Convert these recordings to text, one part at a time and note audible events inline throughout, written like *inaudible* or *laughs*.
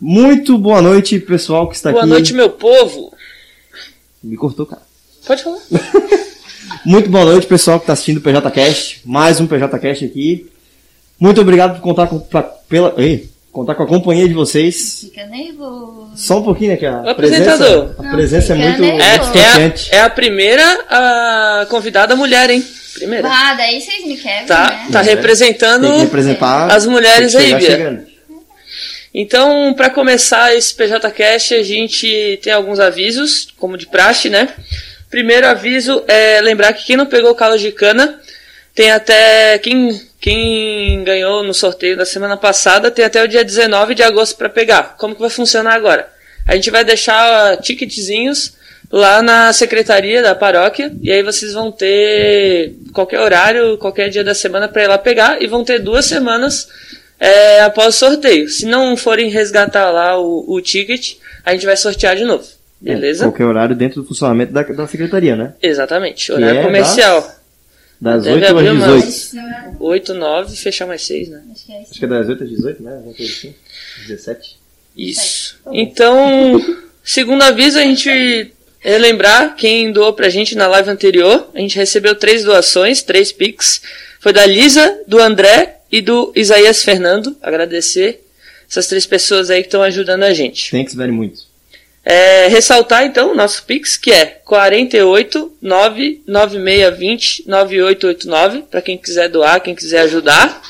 Muito boa noite, pessoal que está Boa aqui. noite, meu povo. Me cortou, cara. Pode falar. Muito boa noite, pessoal que está assistindo o PJCast. Mais um PJCast aqui. Muito obrigado por contar com, pra- pela, ei, contar com a companhia de vocês. Fica nervoso. Só um pouquinho, né, que a O presença, apresentador. a Não, presença é fica, muito né? É, importante. é, a, é a primeira ah, convidada mulher, hein? Primeira. Ah, daí vocês me querem, Tá, né? tá Tem que representando representar as mulheres tem que aí, chegar Bia. chegando. É, Então, para começar esse PJCast, a gente tem alguns avisos, como de praxe, né? Primeiro aviso é lembrar que quem não pegou o calo de cana, tem até. Quem, quem ganhou no sorteio da semana passada, tem até o dia 19 de agosto para pegar. Como que vai funcionar agora? A gente vai deixar ah, ticketzinhos lá na secretaria da paróquia e aí vocês vão ter qualquer horário, qualquer dia da semana para ir lá pegar e vão ter duas semanas é, após o sorteio. Se não forem resgatar lá o, o ticket, a gente vai sortear de novo, É, beleza? Qualquer horário dentro do funcionamento da, da secretaria, né? Exatamente, horário é comercial. Das Deve 8 às abrir 18. umas- 8, 9, fechar mais 6, né? é- Acho que é isso. Acho que é das 8 às 18, né? Alguma coisa assim. 17. Isso. Então, segundo aviso, a gente relembrar quem doou pra gente na live anterior. A gente recebeu três doações, três pics. Foi da Lisa, do André e do Isaías Fernando. Agradecer essas três pessoas aí que estão ajudando a gente. Thanks very muito. É, ressaltar então o nosso Pix, que é 48 99620 9889, para quem quiser doar, quem quiser ajudar.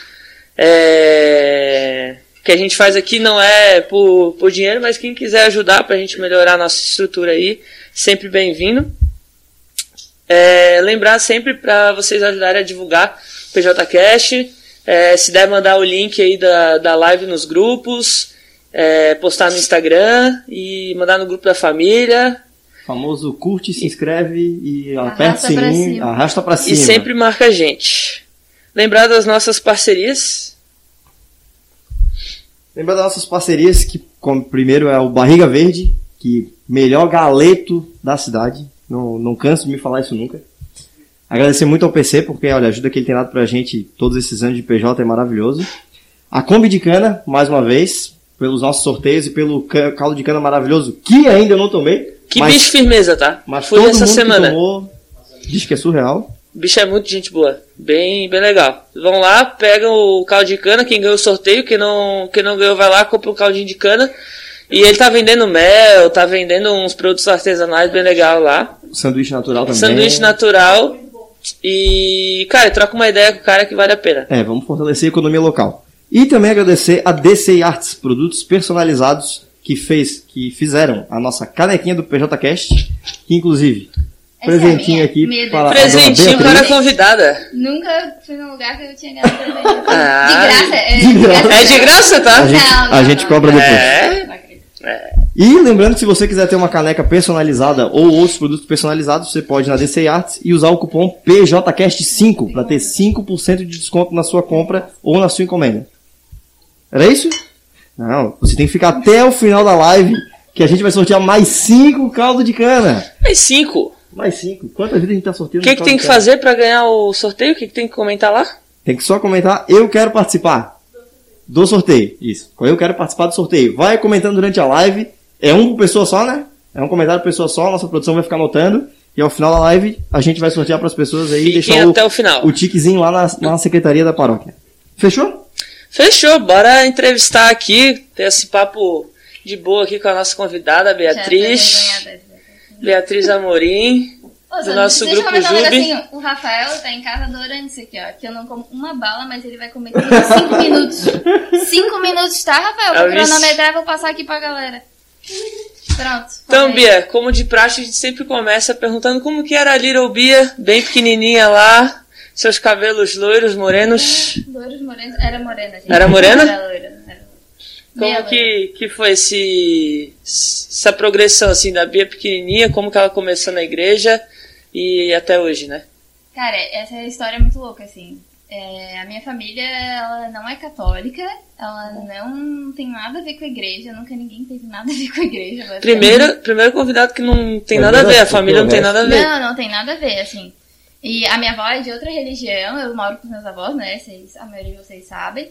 É, que a gente faz aqui não é por, por dinheiro, mas quem quiser ajudar para a gente melhorar a nossa estrutura aí, sempre bem-vindo. É, lembrar sempre para vocês ajudarem a divulgar o PJCast. É, se der, mandar o link aí da, da live nos grupos, é, postar no Instagram e mandar no grupo da família. Famoso curte, se inscreve e aperta Arrasta o pra sininho, cima. arrasta pra cima. E sempre marca a gente. Lembrar das nossas parcerias. Lembra das nossas parcerias, que como primeiro é o Barriga Verde, que melhor galeto da cidade. Não, não canso de me falar isso nunca. Agradecer muito ao PC, porque olha, a ajuda que ele tem dado pra gente todos esses anos de PJ é maravilhoso. A Kombi de Cana, mais uma vez, pelos nossos sorteios e pelo ca- caldo de cana maravilhoso, que ainda eu não tomei. Que mas, bicho firmeza, tá? mas Fui todo essa mundo semana. Que tomou, diz que é surreal. Bicho é muito gente boa. Bem, bem legal. Vão lá, pegam o caldo de cana, quem ganhou o sorteio, quem não, quem não ganhou vai lá, compra o caldinho de cana. E ele tá vendendo mel, tá vendendo uns produtos artesanais bem legal lá. Sanduíche natural também. Sanduíche natural. E, cara, troca uma ideia com o cara que vale a pena. É, vamos fortalecer a economia local. E também agradecer a DC Arts, produtos personalizados que fez, que fizeram a nossa canequinha do PJCast, que inclusive Essa presentinho é a minha. aqui Medo. para Presentinho a Ah, dona para a Beatriz. convidada. Nunca fui num lugar que eu tinha ganhado presente. *laughs* de Ah, graça. É de graça. É de graça, A tá? gente, Não, a não, gente não. cobra depois. É. Não acredito. E lembrando que se você quiser ter uma caneca personalizada ou outros produtos personalizados, você pode ir na DC Arts e usar o cupom PJCast5 para ter 5% de desconto na sua compra ou na sua encomenda. Era isso? Não, você tem que ficar até o final da live que a gente vai sortear mais 5 caldo de cana. Mais cinco. Mais 5. Quantas vezes a gente tá O sorteando? que, que caldo tem de que cana? fazer para ganhar o sorteio? O que, que tem que comentar lá? Tem que só comentar, eu quero participar. Do sorteio, isso. Eu quero participar do sorteio. Vai comentando durante a live. É um por pessoa só, né? É um comentário por pessoa só, nossa produção vai ficar anotando. E ao final da live, a gente vai sortear pras pessoas aí e Fiquem deixar o, até o final. o tiquezinho lá na, na secretaria da paróquia. Fechou? Fechou, bora entrevistar aqui, ter esse papo de boa aqui com a nossa convidada, Já tô Beatriz. envergonhada. Beatriz Amorim. *laughs* Ô, Sandro, nosso deixa eu grupo comentar um Jubi. negocinho. O Rafael tá em casa adorando isso aqui, ó. Que eu não como uma bala, mas ele vai comer tudo em 5 minutos. 5 minutos, tá, Rafael? É o Vou vice. cronometrar e vou passar aqui pra galera. Pronto. Então, falei. Bia, como de praxe, a gente sempre começa perguntando como que era a Little Bia, bem pequenininha lá, seus cabelos loiros, morenos. Loiros morenos. Era morena, gente. Era morena? Era loira. Era loira. Meia Como loira. que, que foi esse, essa progressão, assim, da Bia pequenininha, como que ela começou na igreja e até hoje, né? Cara, essa história é muito louca, assim. É, a minha família, ela não é católica, ela Uhum. não tem nada a ver com a igreja, nunca ninguém teve nada a ver com a igreja. basicamente. Primeiro, primeiro convidado que não tem Mas nada a ver, a era família não tem cultura, nada a ver. Não, não tem nada a ver, assim. E a minha avó é de outra religião, eu moro com os meus avós, né? Vocês, a maioria de vocês sabem.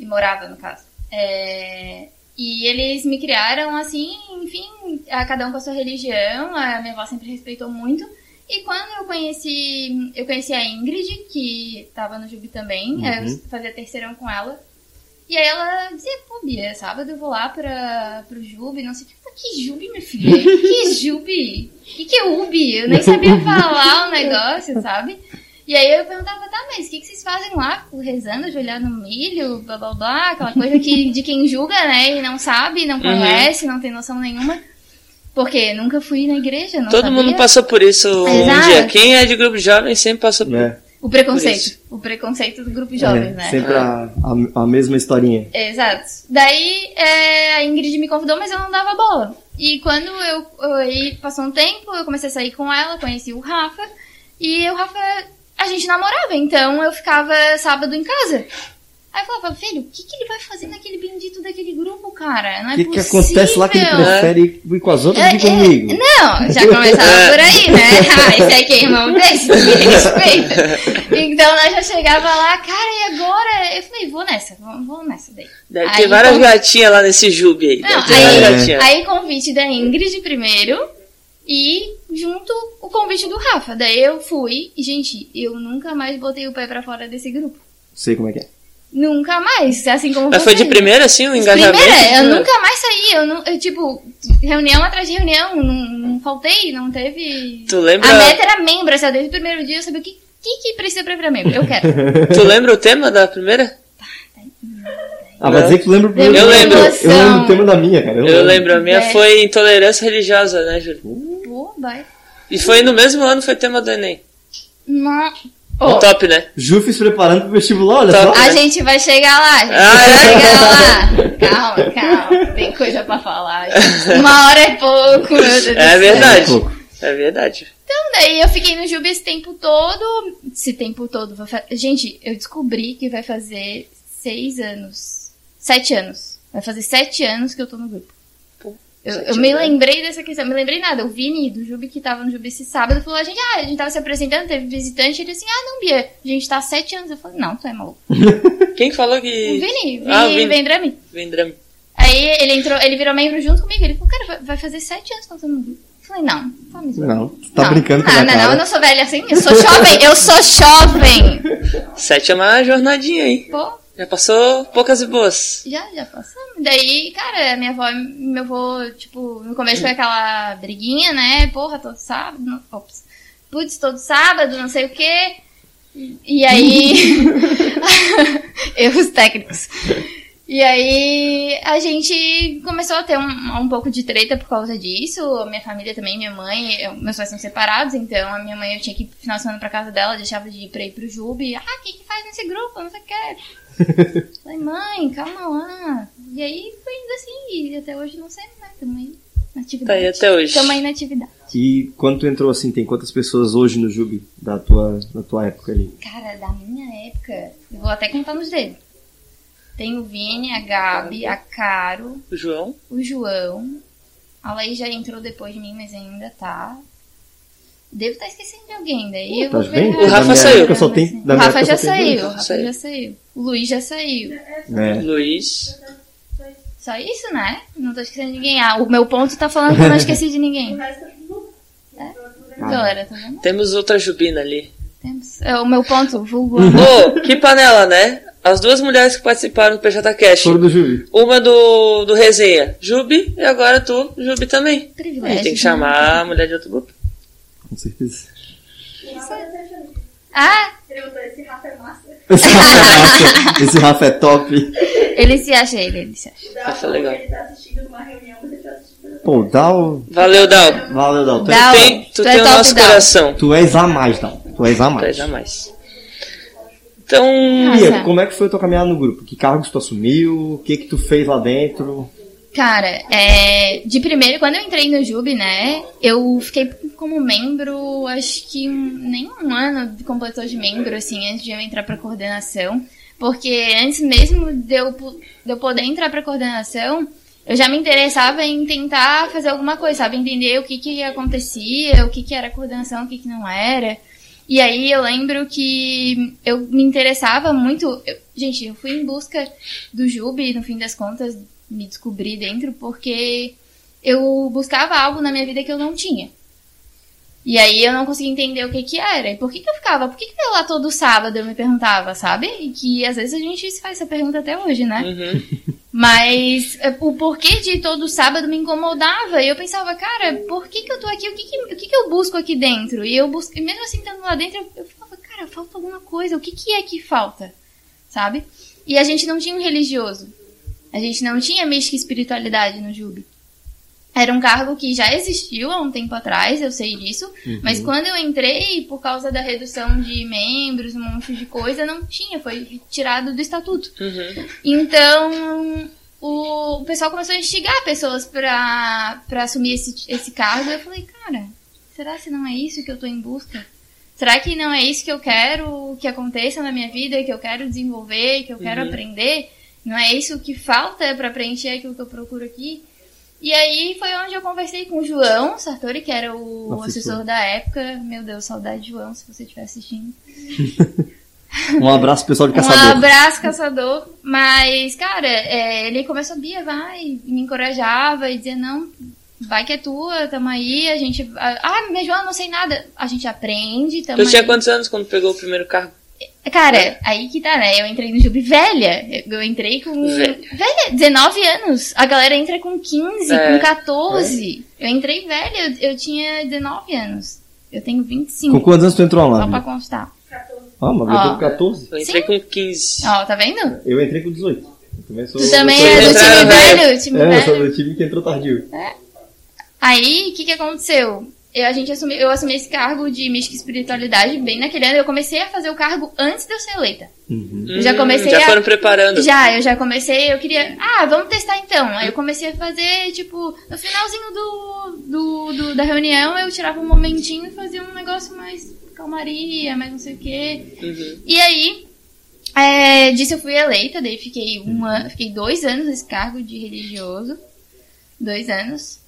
E morava, no caso. É, E eles me criaram assim, enfim, a cada um com a sua religião, a minha avó sempre respeitou muito. E quando eu conheci, eu conheci a Ingrid, que tava no Jubi também, Uhum. eu fazia terceirão com ela. E aí ela dizia, pô, Bia, sábado eu vou lá pra, pro Jubi, não sei o que. Eu falei, Que Jubi, minha filha? Que Jubi? Que que é Ubi? Eu nem sabia falar o negócio, sabe? E aí eu perguntava, tá, mas o que, que vocês fazem lá? Rezando, ajoelhado no milho, blá blá blá, aquela coisa que, de quem julga, né? E não sabe, Uhum. não conhece, não tem noção nenhuma. Porque nunca fui na igreja, não Todo sabia. ah, mundo passou por isso um Exato. dia. Quem é de grupo jovem sempre É, passou por né? O Por preconceito. O preconceito do grupo de jovens, É, né? Sempre a, a, a mesma historinha. Exato. Daí é, a Ingrid me convidou, mas eu não dava bola. E quando eu, eu- aí passou um tempo, eu comecei a sair com ela, conheci o Rafa. E o Rafa, a gente namorava, então eu ficava sábado em casa. Aí eu falava, filho, o que, que ele vai fazer naquele bendito daquele grupo, cara? Não O é que, que possível. acontece lá que ele prefere ir- ir com as outras É, do que é, comigo? Não, já começava por aí, né? *laughs* Ah, esse aqui é irmão desse, me respeita. Então nós já chegava lá, cara, e agora? Eu falei, vou nessa, vou, vou nessa daí. Deve Aí, ter várias então- gatinhas lá nesse Jube aí. Não, Deve ter várias aí- gatinhas. Aí convite da Ingrid primeiro e junto o convite do Rafa. Daí eu fui e, gente, eu nunca mais botei o pé pra fora desse grupo. Sei como é que é. Nunca mais, assim como Mas foi de vocês. primeira, assim, o engajamento? Primeira, eu nunca mais saí. Eu, nu- eu, tipo, reunião atrás de reunião, não, não faltei, não teve. Tu lembra- A meta era membro, assim, ó, desde o primeiro dia eu sabia o que, que, que precisa pra virar membro. Eu *laughs* quero. Tu lembra o tema da primeira? Ah, vai É. dizer que tu lembra o primeiro. Eu do lembro. meu. Eu lembro o tema da minha, cara. Eu lembro, a minha É. foi intolerância religiosa, né, Júlio? Pô, vai. E foi no mesmo ano, foi tema do Enem. Não. O Ó, top, né? Jufes preparando pro vestibular, olha Tá. só. a gente vai chegar lá, a gente Ah, vai é? chegar lá. Calma, calma. Tem coisa pra falar. gente. Uma hora é pouco. meu Deus do É céu. verdade. pouco. É verdade. Então, daí eu fiquei no Jubi esse tempo todo. Esse tempo todo. vou fa- Gente, eu descobri que vai fazer seis anos. Sete anos. Vai fazer sete anos que eu tô no grupo. Pô, Eu, sete eu me anos. né? lembrei dessa questão, me lembrei nada. O Vini do Jubi que tava no Jubi esse sábado falou: a gente, ah, a gente tava se apresentando, teve visitante. Ele assim, ah, não, Bia, a gente tá há sete anos. Eu falei, não, tu é maluco. Quem falou O que Vini, Vini, Ah, o Vini. Vini. Vendrame. vem drama? Aí ele entrou, ele virou membro junto comigo. Ele falou, cara, vai- vai fazer sete anos que eu tô no grupo. Eu falei, não, tá me zoando. Não, tu tá brincando com a não, Ah, minha não, cara. não, eu não sou velha assim, eu sou jovem, eu sou jovem. Sete é uma jornadinha, hein? Pô, Já passou poucas e boas. já, já passamos. Daí, cara, minha avó, e meu avô, tipo, no começo foi aquela briguinha, né? Porra, todo sábado, não, ops. Putz, todo sábado, não sei o quê. E aí. *laughs* Erros técnicos. E aí a gente começou a ter um, um pouco de treta por causa disso. A Minha família também, minha mãe, eu- meus pais são separados, então a minha mãe eu tinha que ir final de semana pra casa dela, deixava de ir pra ir pro Jube. Ah, o que, que faz nesse grupo? Não sei o que. *laughs* Falei, mãe, calma lá. E aí foi indo assim, e até hoje não sei, né? Tamo aí na Tá atividade. aí até hoje. Tamo aí na atividade. E quando tu entrou assim, tem quantas pessoas hoje no Jube da tua, da tua época ali? Cara, da minha época, eu vou até contar nos dedos. Tem o Vini, a Gabi, a Caro, O João? o João. A Laís já entrou depois de mim, mas ainda tá. Devo estar esquecendo de alguém, daí eu Tá vou vendo? pegar. O Rafa Da minha saiu. época só tem- da o minha Rafa época já só tem dois. saiu, o Rafa Saiu. já saiu. O Luiz já saiu. É. Luiz? Só isso, né? Não tô esquecendo de ninguém. Ah, o meu ponto tá falando que eu não esqueci de ninguém. É? Galera, tá vendo? Temos outra Jubina ali. Temos. É, o meu ponto, *laughs* vulgo. Ô, que panela, né? As duas mulheres que participaram do PJ Cash. Fora do Jube. Uma do, do resenha, Jubi, e agora tu, Jubi também. A Privilégio. gente tem que né? chamar a mulher de outro grupo. Com certeza. Ah, Esse Rafa, é esse Rafa é top. ele se acha ele, ele se acha. Isso é legal. Pô, Dal. Valeu, Dal. Valeu, Dal. Tu, é- Dal. Tem, tu, Tu é tem o top, nosso Dal. coração. tu és a mais, Dal. Tu és a Tu mais. és a mais. Então, Bia, Nossa. como é que foi a tua caminhada no grupo? Que cargos tu assumiu? O que que tu fez lá dentro? Cara, é, de primeiro, quando eu entrei no Jube, né, eu fiquei como membro, acho que um- nem um ano completou de membro, assim, antes de eu entrar pra coordenação. Porque antes mesmo de eu, po- de eu poder entrar pra coordenação, eu já me interessava em tentar fazer alguma coisa, sabe? Entender o que que acontecia, o que que era coordenação, o que que não era. E aí eu lembro que eu me interessava muito. eu- gente, eu fui em busca do Jube, no fim das contas, me descobri dentro, porque eu buscava algo na minha vida que eu não tinha. E aí eu não conseguia entender o que que era. E por que que eu ficava? Por que que eu ia lá todo sábado eu me perguntava, sabe? E que às vezes a gente se faz essa pergunta até hoje, né? Uhum. Mas é, o porquê de ir todo sábado me incomodava. E eu pensava, cara, por que, que eu tô aqui? O que que, o que que eu busco aqui dentro? E eu busco, e mesmo assim, estando lá dentro, eu, eu ficava, cara, falta alguma coisa. O que, que é que falta? Sabe? E a gente não tinha um religioso. A gente não tinha mística e espiritualidade no Jube. Era um cargo que já existiu há um tempo atrás, eu sei disso. Mas quando eu entrei, por causa da redução de membros, um monte de coisa, não tinha. Foi tirado do estatuto. Uhum. Então, o, o pessoal começou a instigar pessoas pra, pra assumir esse, esse cargo. Eu falei, cara, será que não é isso que eu tô em busca? Será que não é isso que eu quero que aconteça na minha vida, que eu quero desenvolver, que eu quero Uhum. aprender? Não é isso que falta pra preencher aquilo que eu procuro aqui? E aí foi onde eu conversei com o João Sartori, que era o Nossa, assessor isso. da época. Meu Deus, saudade, João, se você estiver assistindo. Um abraço pro pessoal de *laughs* Um caçador. abraço, caçador. Mas, cara, é, ele começou a Bia, vai, e me encorajava e dizia, não, vai que é tua, tamo aí, a gente. Ah, mas João, não sei nada. A gente aprende, tamo Tu tinha aí. quantos anos quando pegou o primeiro carro? Cara, aí que tá, né? Eu entrei no Jube velha. Eu entrei com. Velha. Velha. 19 anos. A galera entra com 15, É. com 14. Eu entrei velha, eu, eu tinha 19 anos. Eu tenho 25. Com quantos anos tu entrou só pra lá? constar. Ah, mas eu tô com Ó. 14. Eu entrei Sim. com 15. Ó, tá vendo? Eu entrei com 18. Eu também sou- Tu também sou- é do time entrando, velho? Time né? É, eu velho. sou do time que entrou tardio. Aí, o que, que aconteceu? Eu, a gente assumi, eu assumi esse cargo de mística e espiritualidade bem naquele ano. Eu comecei a fazer o cargo antes de eu ser eleita. Uhum. Hum, já comecei Já a- foram preparando. Já, eu já comecei, eu queria. Ah, vamos testar então. Aí eu comecei a fazer, tipo, no finalzinho do, do, do- da reunião, eu tirava um momentinho e fazia um negócio mais calmaria, mais não sei o quê. Uhum. E aí, é, disso eu fui eleita, daí fiquei, um ano, fiquei dois anos nesse cargo de religioso. Dois anos.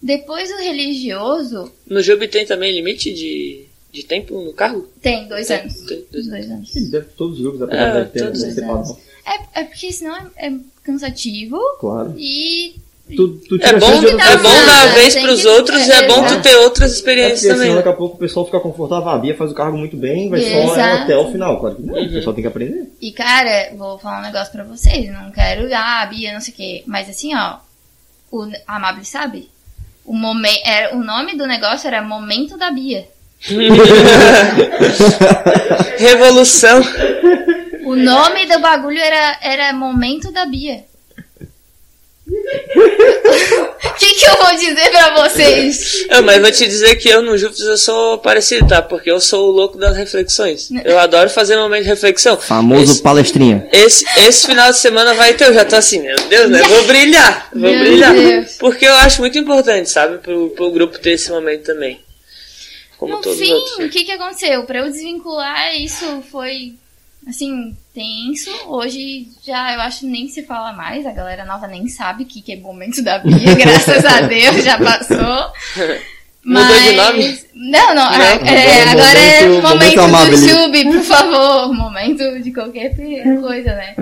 Depois do religioso, No Jubi tem também limite de, de tempo no carro? tem dois Tem- anos. tem dois Dois anos. anos. Sim, deve todos os grupos, apesar É, de ter né? todos os separado. É, é porque senão é, é cansativo Claro. e. Tu, tu tira É bom, a chance de que outra é bom pessoa. dar a Tem vez que- né? pros outros e é bom tu Exato. ter outras É experiências porque senão também. daqui a pouco o pessoal fica confortável. A Bia faz o cargo muito bem, vai só Exato. até o final. Claro que não, o pessoal tem que aprender. E cara, vou falar um negócio pra vocês. Não quero. Ah, Bia, não sei o quê. Mas assim, ó. O, a Mabel sabe. O, momen, era, o nome do negócio era Momento da Bia. *laughs* Revolução. O nome do bagulho era, era Momento da Bia. *laughs* O que, que eu vou dizer pra vocês? É, mas vou te dizer que eu no Júpiter eu sou parecido, tá? Porque eu sou o louco das reflexões. Eu adoro fazer momento de reflexão. Esse, palestrinha. esse, esse final de semana vai ter, eu já tô assim, meu Deus, né? Vou brilhar, vou Meu brilhar. Deus. Porque eu acho muito importante, sabe? Pro, pro grupo ter esse momento também. Como no todos os fim, outros. né? o que, que aconteceu? Pra eu desvincular, isso foi, assim, tenso. Hoje já eu acho nem se fala mais. A galera nova nem sabe o que, que é momento da Bia. graças a Deus, já passou. Mudou Mas... de nome? Não, não. é- Não, é, agora agora é é momento- momento momento, amável. do Chube, por favor. Momento de qualquer coisa, né?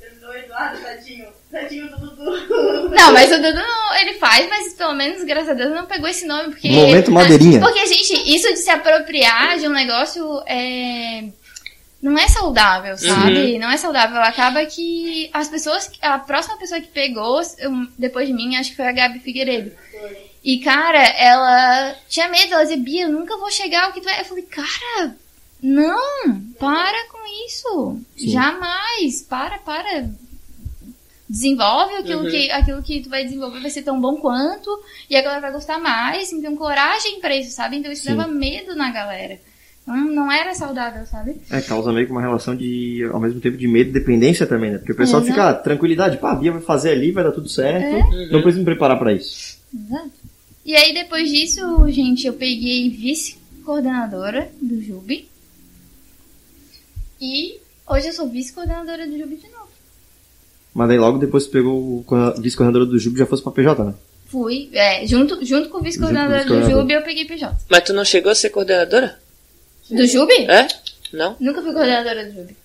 Perdoa, Eduardo, tadinho. Tadinho do Dudu. *laughs* Não, mas o Dudu não, ele faz, mas pelo menos, graças a Deus, não pegou esse nome, porque. Momento madeirinha. Porque, gente, isso de se apropriar de um negócio é. Não é Uhum. saudável, sabe? Não é saudável. Acaba que as pessoas. A próxima pessoa que pegou, eu- depois de mim, acho que foi a Gabi Figueiredo. E, cara, ela tinha medo, ela dizia, Bia, eu nunca vou chegar ao que tu é. Eu falei, cara, não, para com isso. Sim. Jamais. Para, para. Desenvolve aquilo, Uhum. que, aquilo que tu vai desenvolver, vai ser tão bom quanto, e a galera vai gostar mais, então coragem pra isso, sabe? Então isso Sim. dava medo na galera. Não, não era saudável, sabe? É, causa meio que uma relação de, ao mesmo tempo, de medo e dependência também, né? Porque o pessoal É, fica, ah, tranquilidade, pá, a Bia vai fazer ali, vai dar tudo certo. É. Uhum. Não precisa me preparar pra isso. Exato. E aí, depois disso, gente, eu peguei vice-coordenadora do Jube. E hoje eu sou vice-coordenadora do Jube de novo. Mas daí logo depois tu pegou o coordenador- vice-coordenador do Júbilo e já fosse pra PJ, né? Fui, é, junto, junto com o vice-coordenador Junto com o do vice-coordenador. Jube, eu peguei PJ. Mas tu não chegou a ser coordenadora? Do Jube? É? Não? Nunca fui coordenadora do Jube.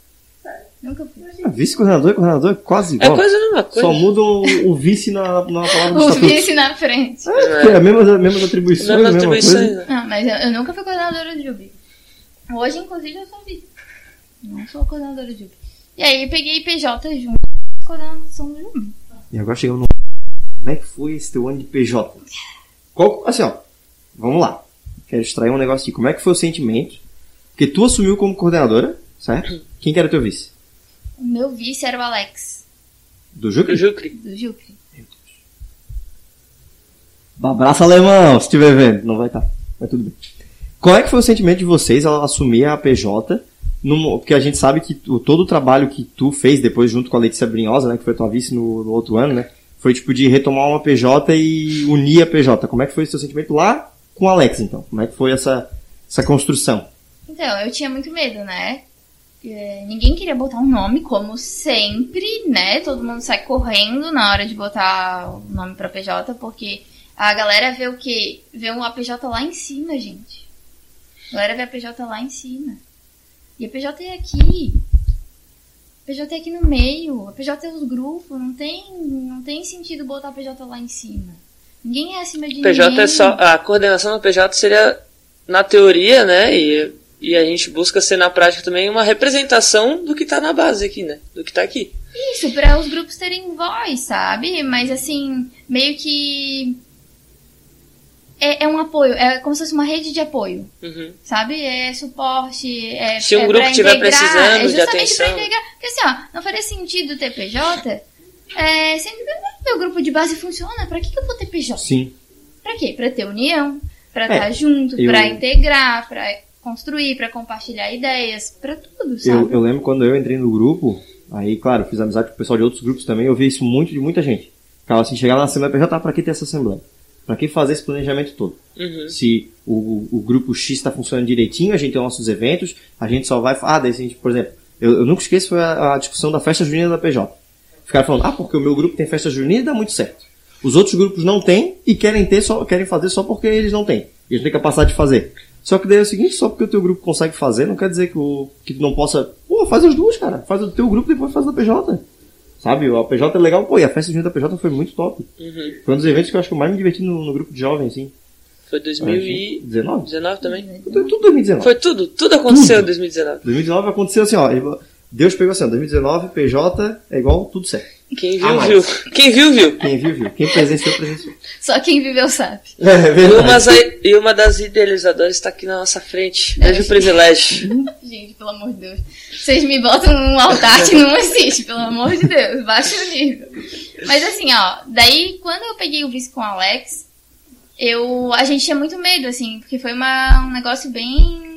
Nunca fui. Ah, Vice-coordenador e coordenador é quase É igual. quase a mesma coisa. Só muda o, o vice na, na palavra do Os estatuto. vice na frente. É, as mesmas, as mesmas atribuições, Mesmas a mesma atribuições. coisa. né? Não, mas eu, eu nunca fui coordenadora de Ubi. Hoje, inclusive, eu sou vice. Não sou coordenadora de Ubi. E aí eu peguei PJ junto com coordenação de Ubi. E agora chegamos no... Como é que foi esse teu ano de PJ? Qual, assim, ó. Vamos lá. Quero extrair um negócio aqui. Como é que foi o sentimento? Porque tu assumiu como coordenadora, certo? Quem que era teu vice? O meu vice era o Alex, Do Juca? O Jucre. do Jucre. Um abraço alemão, se estiver vendo. Não vai estar, mas tudo bem. Qual é que foi o sentimento de vocês ao assumir a PJ? num- porque a gente sabe que o, todo o trabalho que tu fez depois junto com a Letícia Brinhosa, né, que foi tua vice no, no outro ano, né, foi tipo de retomar uma PJ e unir a PJ. Como é que foi o seu sentimento lá com o Alex, então? Como é que foi essa, essa construção? Então, eu tinha muito medo, né? É, ninguém queria botar um nome, como sempre, né? Todo mundo sai correndo na hora de botar o nome pra PJ, porque a galera vê o quê? Vê um APJ lá em cima, gente. A galera vê a PJ lá em cima. E a PJ é aqui. A PJ é aqui no meio. A PJ é os grupos. Não tem, não tem sentido botar a PJ lá em cima. Ninguém é acima de PJ ninguém. é só. A coordenação do PJ seria na teoria, né? E, e a gente busca ser na prática também uma representação do que tá na base aqui, né? Do que tá aqui. Isso, pra os grupos terem voz, sabe? Mas assim, meio que. É, é um apoio, é como se fosse uma rede de apoio, Uhum. sabe? É suporte, é. Se um é grupo pra tiver integrar, precisando é de justamente atenção. Pra integrar, porque assim, ó, não faria sentido ter PJ. É, sempre meu grupo de base funciona, pra que, que eu vou ter PJ? Sim. Pra quê? Pra ter união, pra É, estar junto, eu- pra integrar, pra construir, pra compartilhar ideias, pra tudo, sabe? Eu, eu lembro quando eu entrei no grupo, aí, claro, fiz amizade com o pessoal de outros grupos também, eu vi isso muito de muita gente. Ficava assim, chegava na Assembleia PJ, tá, pra que ter essa Assembleia? Pra que fazer esse planejamento todo? Uhum. Se o, o grupo X está funcionando direitinho, a gente tem nossos eventos, a gente só vai. Ah, daí a gente, por exemplo, eu, eu nunca esqueço foi a, a discussão da festa junina da PJ. Ficaram falando, ah, porque o meu grupo tem festa junina e dá muito certo. Os outros grupos não têm e querem ter só, querem fazer só porque eles não têm. E eles têm capacidade de fazer. Só que daí é o seguinte, só porque o teu grupo consegue fazer, não quer dizer que, o, que tu não possa. Pô, faz as duas, cara. Faz o teu grupo e depois faz a PJ. Sabe? A PJ é legal, pô, e a festa junina da PJ foi muito top. Uhum. Foi um dos eventos que eu acho que eu mais me diverti no, no grupo de jovens, assim. Foi 2019 2019? também? Tudo tudo 2019. Foi tudo, tudo aconteceu em Tudo. 2019. 2019 aconteceu assim, ó. ele- Deus pegou assim, ó, 2019, PJ é igual tudo certo. Quem viu, Ah, mas- viu. Quem viu, viu. Quem viu, viu. Quem presenciou, *laughs* presenciou. Só quem viveu sabe. É E uma, zai- e uma das idealizadoras está aqui na nossa frente. Beijo É. privilégio. Gente, pelo amor de Deus. Vocês me botam num altar que não existe, pelo amor de Deus. Baixa o nível. Mas assim, ó, daí quando eu peguei o vice com o Alex, eu, a gente tinha muito medo, assim, porque foi uma- um negócio bem.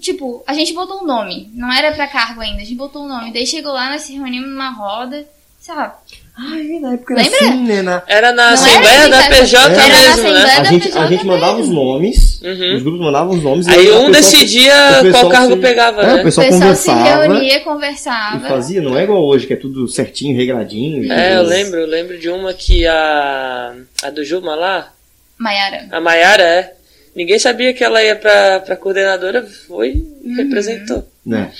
Tipo, a gente botou o nome, não era pra cargo ainda, a gente botou o nome. Daí chegou lá, nós se reunimos numa roda, sei lá. Ai, na época era Lembra? assim, né? na- Era na Não Assembleia era da idealização, PJ era na mesmo, né? Assembleia. A da gente, a PJ gente mandava os mesmo. nomes, Uhum. os grupos mandavam os nomes. e Aí o pessoal- um decidia o pessoal *laughs* qual cargo se- pegava, É, né? o O pessoal pessoal se conversava reunia, e conversava. fazia. Não é igual hoje, que é tudo certinho, regradinho. e É, eu tudo. lembro, eu lembro de uma que a. A do Juma lá, Maiara. a Maiara, é. Ninguém sabia que ela ia pra, pra coordenadora, foi Uhum. e representou. Né?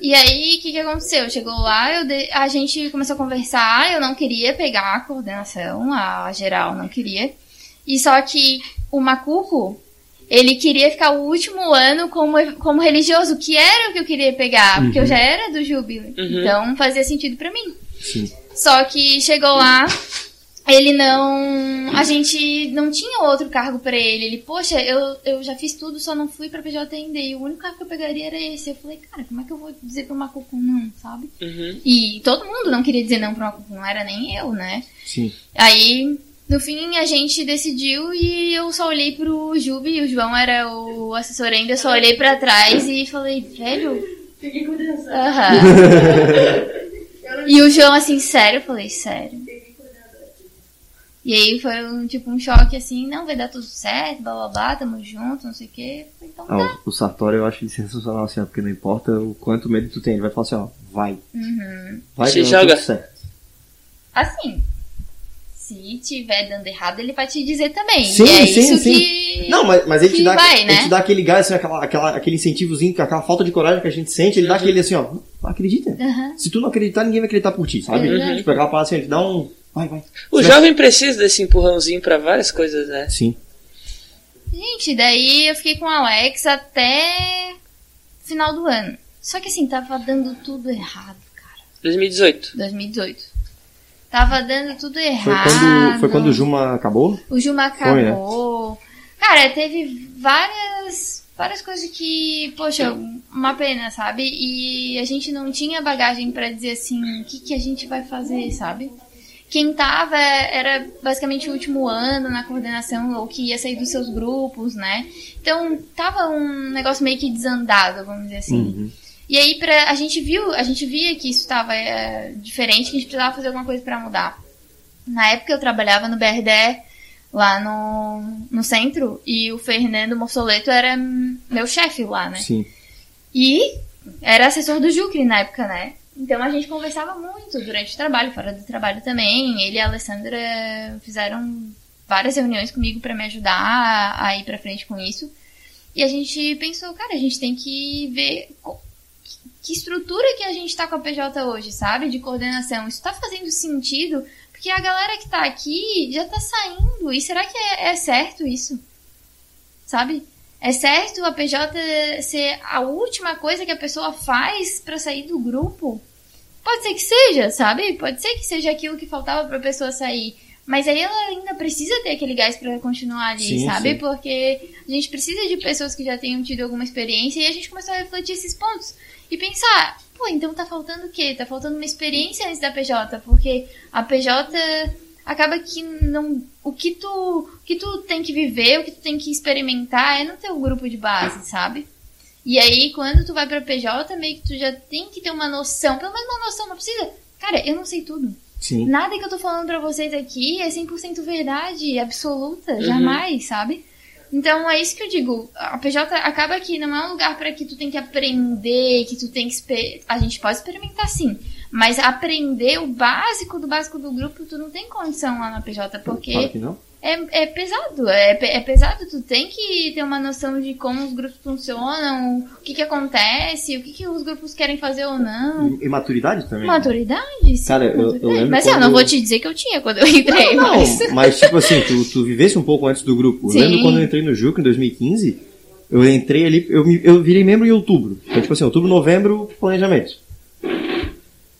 E aí, o que, que aconteceu? Chegou lá, eu dei- a gente começou a conversar, eu não queria pegar a coordenação, a geral não queria. E só que o Macuco, ele queria ficar o último ano como, como religioso, que era o que eu queria pegar, porque eu já era do Júbilo. Uhum. Então fazia sentido pra mim. Sim. Só que chegou lá, ele não. A gente não tinha outro cargo pra ele. Ele, poxa, eu, eu já fiz tudo, só não fui pra PJ ainda. E o único cargo que eu pegaria era esse. Eu falei, cara, como é que eu vou dizer pro Macuco não, sabe? Uhum. E todo mundo não queria dizer não pro Macuco, não era nem eu, né? Sim. Aí, no fim, a gente decidiu e eu só olhei pro Jube, e o João era o assessor ainda, eu só olhei pra trás e falei, velho, Fiquei com né? dança. Ah. aham. Eu não E o João assim, sério? Eu falei, sério. fiquei com dança. E aí foi um tipo um choque assim, não, vai dar tudo certo, blá blá blá, tamo junto, não sei o quê. Eu falei, Então Ah, tá. o- o Sartori eu acho ele sensacional, assim, ó, porque não importa o quanto medo tu tem, ele vai falar assim, ó, vai. Uhum. Vai Se que vai dar joga. tudo certo. Assim. se tiver dando errado, ele vai te dizer também. Sim, e é sim, isso sim. que. Não, mas, mas ele, te que dá, vai, ele né? te dá aquele gás, assim, aquela, aquela- aquele incentivozinho, aquela falta de coragem que a gente sente, ele Uhum. dá aquele assim, ó, acredita. Aham. Se tu não acreditar, ninguém vai acreditar por ti, sabe? Uhum. Tipo, aquela parada assim, ele dá um. Vai, vai. O jovem precisa desse empurrãozinho pra várias coisas, né? Sim. Gente, daí eu fiquei com o Alex até final do ano. Só que assim, tava dando tudo errado, cara. 2018. 2018. Tava dando tudo Foi errado. quando, foi quando o Juma acabou? O Juma Foi, né? acabou. Cara, teve várias, várias coisas que, poxa, uma pena, sabe? E a gente não tinha bagagem pra dizer assim, o que, que a gente vai fazer, sabe? Quem tava era basicamente o último ano na coordenação ou que ia sair dos seus grupos, né? Então tava um negócio meio que desandado, vamos dizer assim. Uhum. E aí pra, a gente viu, a gente via que isso estava diferente, que a gente precisava fazer alguma coisa para mudar. Na época eu trabalhava no BRDE, lá no, no centro, e o Fernando Morsoleto era hum, meu chefe lá, né? Sim. E era assessor do Jucre na época, né? Então a gente conversava muito durante o trabalho, fora do trabalho também. Ele e a Alessandra fizeram várias reuniões comigo pra me ajudar a- a ir pra frente com isso. E a gente pensou, cara, a gente tem que ver co- que estrutura que a gente tá com a PJ hoje, sabe? De coordenação. Isso tá fazendo sentido? Porque a galera que tá aqui já tá saindo. E será que é- é certo isso? Sabe? É certo a PJ ser a última coisa que a pessoa faz pra sair do grupo? Pode ser que seja, sabe? Pode ser que seja aquilo que faltava pra pessoa sair. Mas aí ela ainda precisa ter aquele gás pra continuar ali, Sim, sabe? sim. Porque a gente precisa de pessoas que já tenham tido alguma experiência e a gente começou a refletir esses pontos e pensar, pô, então tá faltando o quê? Tá faltando uma experiência antes da PJ, porque a PJ acaba que não o que tu o que tu tem que viver o que tu tem que experimentar é no teu grupo de base sabe e aí quando tu vai pra PJ meio que tu já tem que ter uma noção pelo menos uma noção não precisa cara eu não sei tudo Sim. nada que eu tô falando pra vocês aqui é 100% verdade absoluta Uhum. jamais sabe então é isso que eu digo a PJ acaba que não é um lugar pra que tu tem que aprender que tu tem que exper- a gente pode experimentar sim mas aprender o básico do básico do grupo, tu não tem condição lá na PJ, Claro porque que não. é, é pesado. É, pe- é pesado, tu tem que ter uma noção de como os grupos funcionam, o que, que acontece, o que, que os grupos querem fazer ou não. E maturidade também. né? Maturidade, sim. Cara, eu- eu maturidade. lembro mas assim, eu não quando- vou te dizer que eu tinha quando eu entrei, Não, mas. mas tipo assim, tu, tu vivesse um pouco antes do grupo. Sim. Eu lembro quando eu entrei no Juca em 2015, eu entrei ali, eu, me- eu virei membro em outubro. Então, tipo assim, outubro, novembro, planejamento.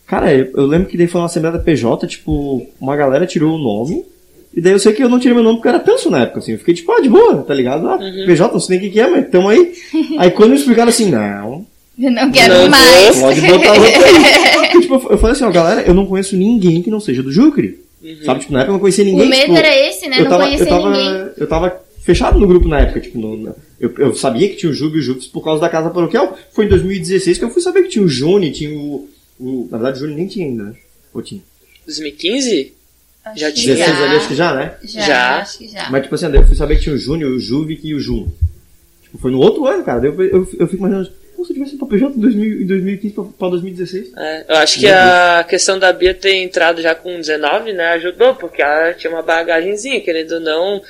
Cara, eu, eu lembro que daí foi uma assembleia da PJ, tipo, uma galera tirou o nome. E daí eu sei que eu não tirei meu nome porque eu era tenso na época, assim. Eu fiquei tipo, ah, de boa, tá ligado? Ah, PJ, não sei nem o que que é, mas tamo aí. Aí quando me explicaram assim, não, Eu não quero Não, mais. Pode botar *laughs* outro aí. Porque, tipo, eu falei assim, ó, galera, eu não conheço ninguém que não seja do Jucre. Uhum. Sabe, tipo, na época eu não conhecia O ninguém. medo tipo, era esse, né? eu não tava, conhecer eu tava, ninguém. Eu tava fechado no grupo na época, tipo, no- no- eu, eu sabia que tinha o Júlio e o Júlio por causa da casa paroquial. Foi em 2016 que eu fui saber que tinha o Juni, tinha o. o- na verdade, o Juni nem tinha ainda, né? Ou tinha. 2015? Acho já que 16 já, ali, acho que já, né? Já, Já. acho que já. Mas, tipo assim, daí eu fui saber que tinha o Júnior, o Juvic e o Juno. Tipo, foi no outro ano, cara. Daí eu, eu, eu fico imaginando, pô, se eu tivesse ido pra PJ em 2000 em 2015 pra, pra 2016. É, eu acho que Uhum. a questão da Bia ter entrado já com 19, né, ajudou, porque ela tinha uma bagagenzinha, querendo ou não,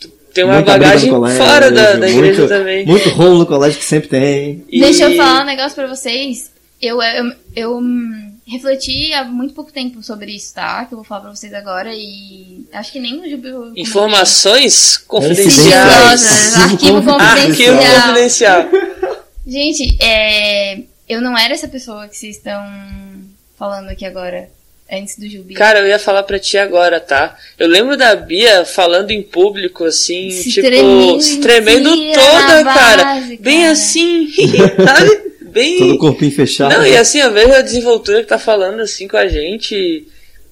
tu tem uma Muita briga bagagem no colégio, fora da, da muito- igreja também. Muito rolo no colégio que sempre tem. E- Deixa eu falar um negócio pra vocês. Eu, eu, eu hum, refleti há muito pouco tempo sobre isso, tá? Que eu vou falar pra vocês agora e acho que nem no Jubil. Informações Confidenciais. confidenciais. Arquivo Arquivo Confidencial. confidencial. Gente, é, eu não era essa pessoa que vocês estão falando aqui agora, antes do Jubil. Cara, eu ia falar pra ti agora, tá? Eu lembro da Bia falando em público, assim, Se tipo, tremendo se tremendo inteira toda, na cara. base, Bem cara. assim, *laughs* sabe? Bem. Todo o corpinho fechado. Não, e assim, eu vejo a desenvoltura que tá falando assim com a gente. e,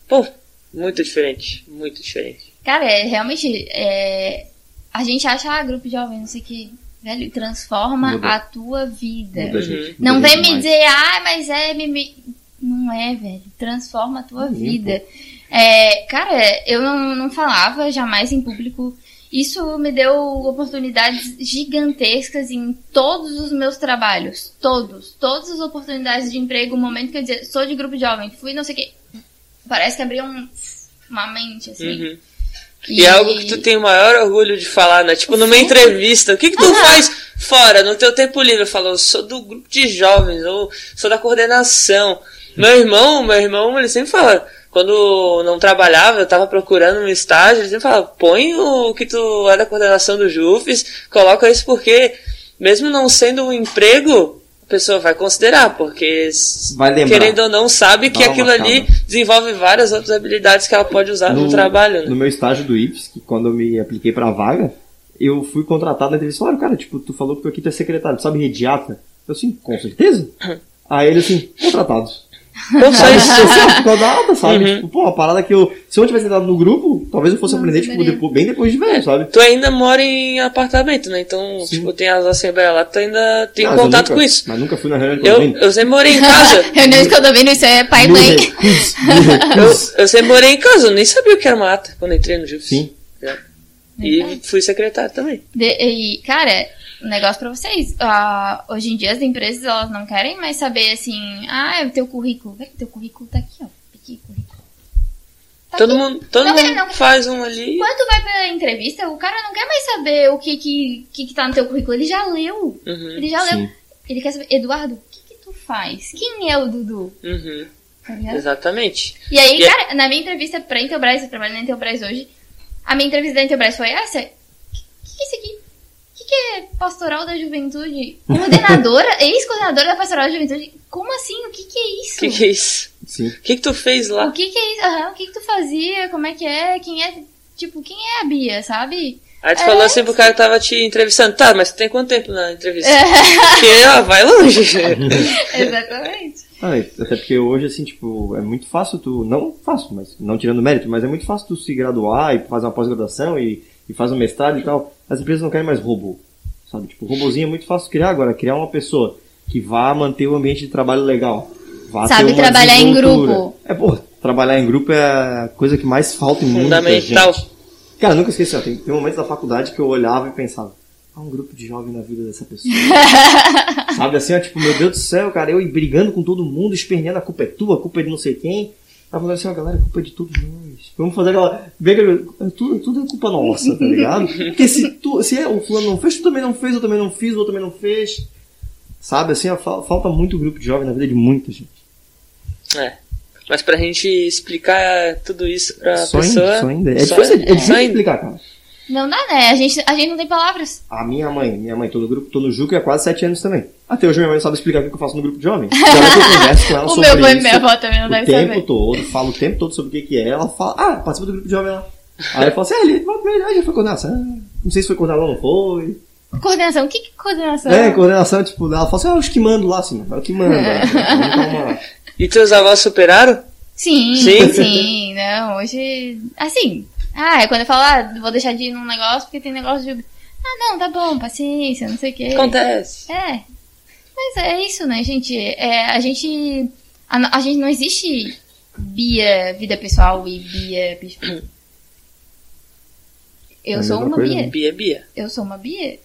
Pô, muito diferente. Muito diferente. Cara, é, realmente, é, a gente acha, ah, grupo jovem, não sei o que, velho, transforma Muda. a tua vida. Muda a gente, Não muda a vem gente me demais. dizer, ah, mas é mimimi. Não é, velho. Transforma a tua Limpo. vida. É, cara, eu não, não falava jamais em público. Isso me deu oportunidades gigantescas em todos os meus trabalhos. Todos. Todas as oportunidades de emprego, o momento que eu dizia, sou de grupo jovem, fui não sei o quê. Parece que abriu um. uma mente, assim. Uhum. E é algo que tu tem o maior orgulho de falar, né? Tipo, numa entrevista, o que que tu Aham. faz fora, no teu tempo livre? Eu falo, eu sou do grupo de jovens, ou sou da coordenação. Meu irmão, meu irmão, ele sempre fala, quando não trabalhava, eu tava procurando um estágio, ele sempre fala, põe o que tu é da coordenação do JUFES, coloca isso porque, mesmo não sendo um emprego, a pessoa vai considerar, porque Vai lembrar. querendo ou não sabe que Dá uma aquilo ali marcada. desenvolve várias outras habilidades que ela pode usar no, trabalho, né? No meu estágio do IPS, que quando eu me apliquei pra vaga, eu fui contratado na entrevista. Olha, cara, tipo, tu falou que tu aqui tu é secretário, tu sabe rediata? Eu assim, com certeza. Uhum. Aí ele assim, contratado. *laughs* Não só Aí, *laughs* isso. assim, ó, contratado, sabe? Uhum. Tipo, pô, uma parada que eu. Se eu não tivesse entrado no grupo, talvez eu fosse Não aprender, tipo, saberia. depois- bem depois de velho, sabe? Tu ainda mora em apartamento, né? Então, Sim. tipo, tem as assembleias lá, tu ainda tem Mas eu contato nunca- com isso. Mas nunca fui na reunião de Eu, condomínio. eu sempre morei em casa. *laughs* Reunião de condomínio, isso é pai e Me mãe. recuso, me recuso. eu sempre morei em casa, eu nem sabia o que era uma ata quando entrei no Júpiter. Sim. E fui secretário também. De- e, cara, um negócio pra vocês. ah, hoje em dia as empresas elas não querem mais saber assim, ah, é o teu currículo. Vem, teu currículo tá aqui, ó. Aqui, currículo. Tá Todo aqui. mundo, todo Não, mundo não, não. faz um ali. Quando tu vai pra entrevista, o cara não quer mais saber o que que, que, que tá no teu currículo. Ele já leu. Uhum, Ele já leu. Sim. Ele quer saber, Eduardo, o que que tu faz? Quem é o Dudu? uhum, Tá ligado? exatamente. E aí, é- E- cara, na minha entrevista pra Intelbras, eu trabalho na Intelbras hoje, a minha entrevista da Intelbras foi essa. O que, que é isso aqui? O que, que é pastoral da juventude? Coordenadora? *laughs* Ex-coordenadora da pastoral da juventude? Como assim? O que, que é O isso? que, que é isso? Sim. O que, que tu fez O lá? que, que é isso? Aham, o que, que tu fazia? Como é que é? Quem é? Tipo, quem é a Bia, sabe? Aí tu É. falou assim pro cara que tava te entrevistando. Tá, mas tu tem quanto tempo na entrevista? É, Porque, ó, vai longe. *laughs* Exatamente. Ah, e- até porque hoje, assim, tipo, é muito fácil tu. Não fácil, mas não tirando mérito, mas é muito fácil tu se graduar e fazer uma pós-graduação e, e fazer um mestrado e tal. As empresas não querem mais robô. Sabe? Tipo, robôzinho é muito fácil criar agora, criar uma pessoa que vá manter o ambiente de trabalho legal. Vá Sabe ter uma trabalhar em desenvoltura. grupo. É, pô, trabalhar em grupo é a coisa que mais falta em muita Fundamental. gente. Cara, eu nunca esqueci, ó, tem, tem momentos da faculdade que eu olhava e pensava, há um grupo de jovem na vida dessa pessoa. Sabe assim, ó, tipo, meu Deus do céu, cara, eu brigando com todo mundo, esperneando, a culpa é tua, a culpa é de não sei quem. Aí falando assim, ó, galera, a culpa é de todos nós. Vamos fazer aquela. Vê que- é Tudo, tudo é culpa nossa, tá ligado? Porque se, tu, se é, o fulano não fez, tu também não fez, eu também não fiz, o outro também não fez. Sabe assim, ó, fal- falta muito grupo de jovem na vida de muita gente. É. Mas pra gente explicar tudo isso pra só, pessoa. ainda, só ainda. É só- difícil, é só difícil ainda. explicar, cara. Não dá, né? A gente, a gente não tem palavras. A minha mãe, minha mãe, tô no grupo, tô no Juca é há quase sete anos também. Até hoje minha mãe não sabe explicar o que eu faço no grupo de *laughs* jovens. Agora que eu converso com ela o sobre meu pai e isso, minha avó também não o devem tempo saber. todo, falo o tempo todo sobre o que que é, ela fala, ah, participa do grupo de jovem lá. Aí eu falo assim, ah, ele, ah, já foi coordenação, não sei se foi coordenação ou não foi. Coordenação, o que que é coordenação? É, coordenação, tipo, ela fala assim, ah, os que mando lá, assim, é o que manda. *laughs* né? Vamos dar uma- E teus avós superaram? Sim, Sim. sim, não, hoje, assim, ah, é quando eu falo, ah, vou deixar de ir num negócio porque tem negócio de, ah, não, tá bom, paciência, não sei o quê. Acontece. É, mas é isso, né, gente, é, a gente, a, no- a gente não existe Bia, vida pessoal e Bia, bicho. É a eu sou mesma uma coisa, Bia, né? Bia, Bia. eu sou uma Bia,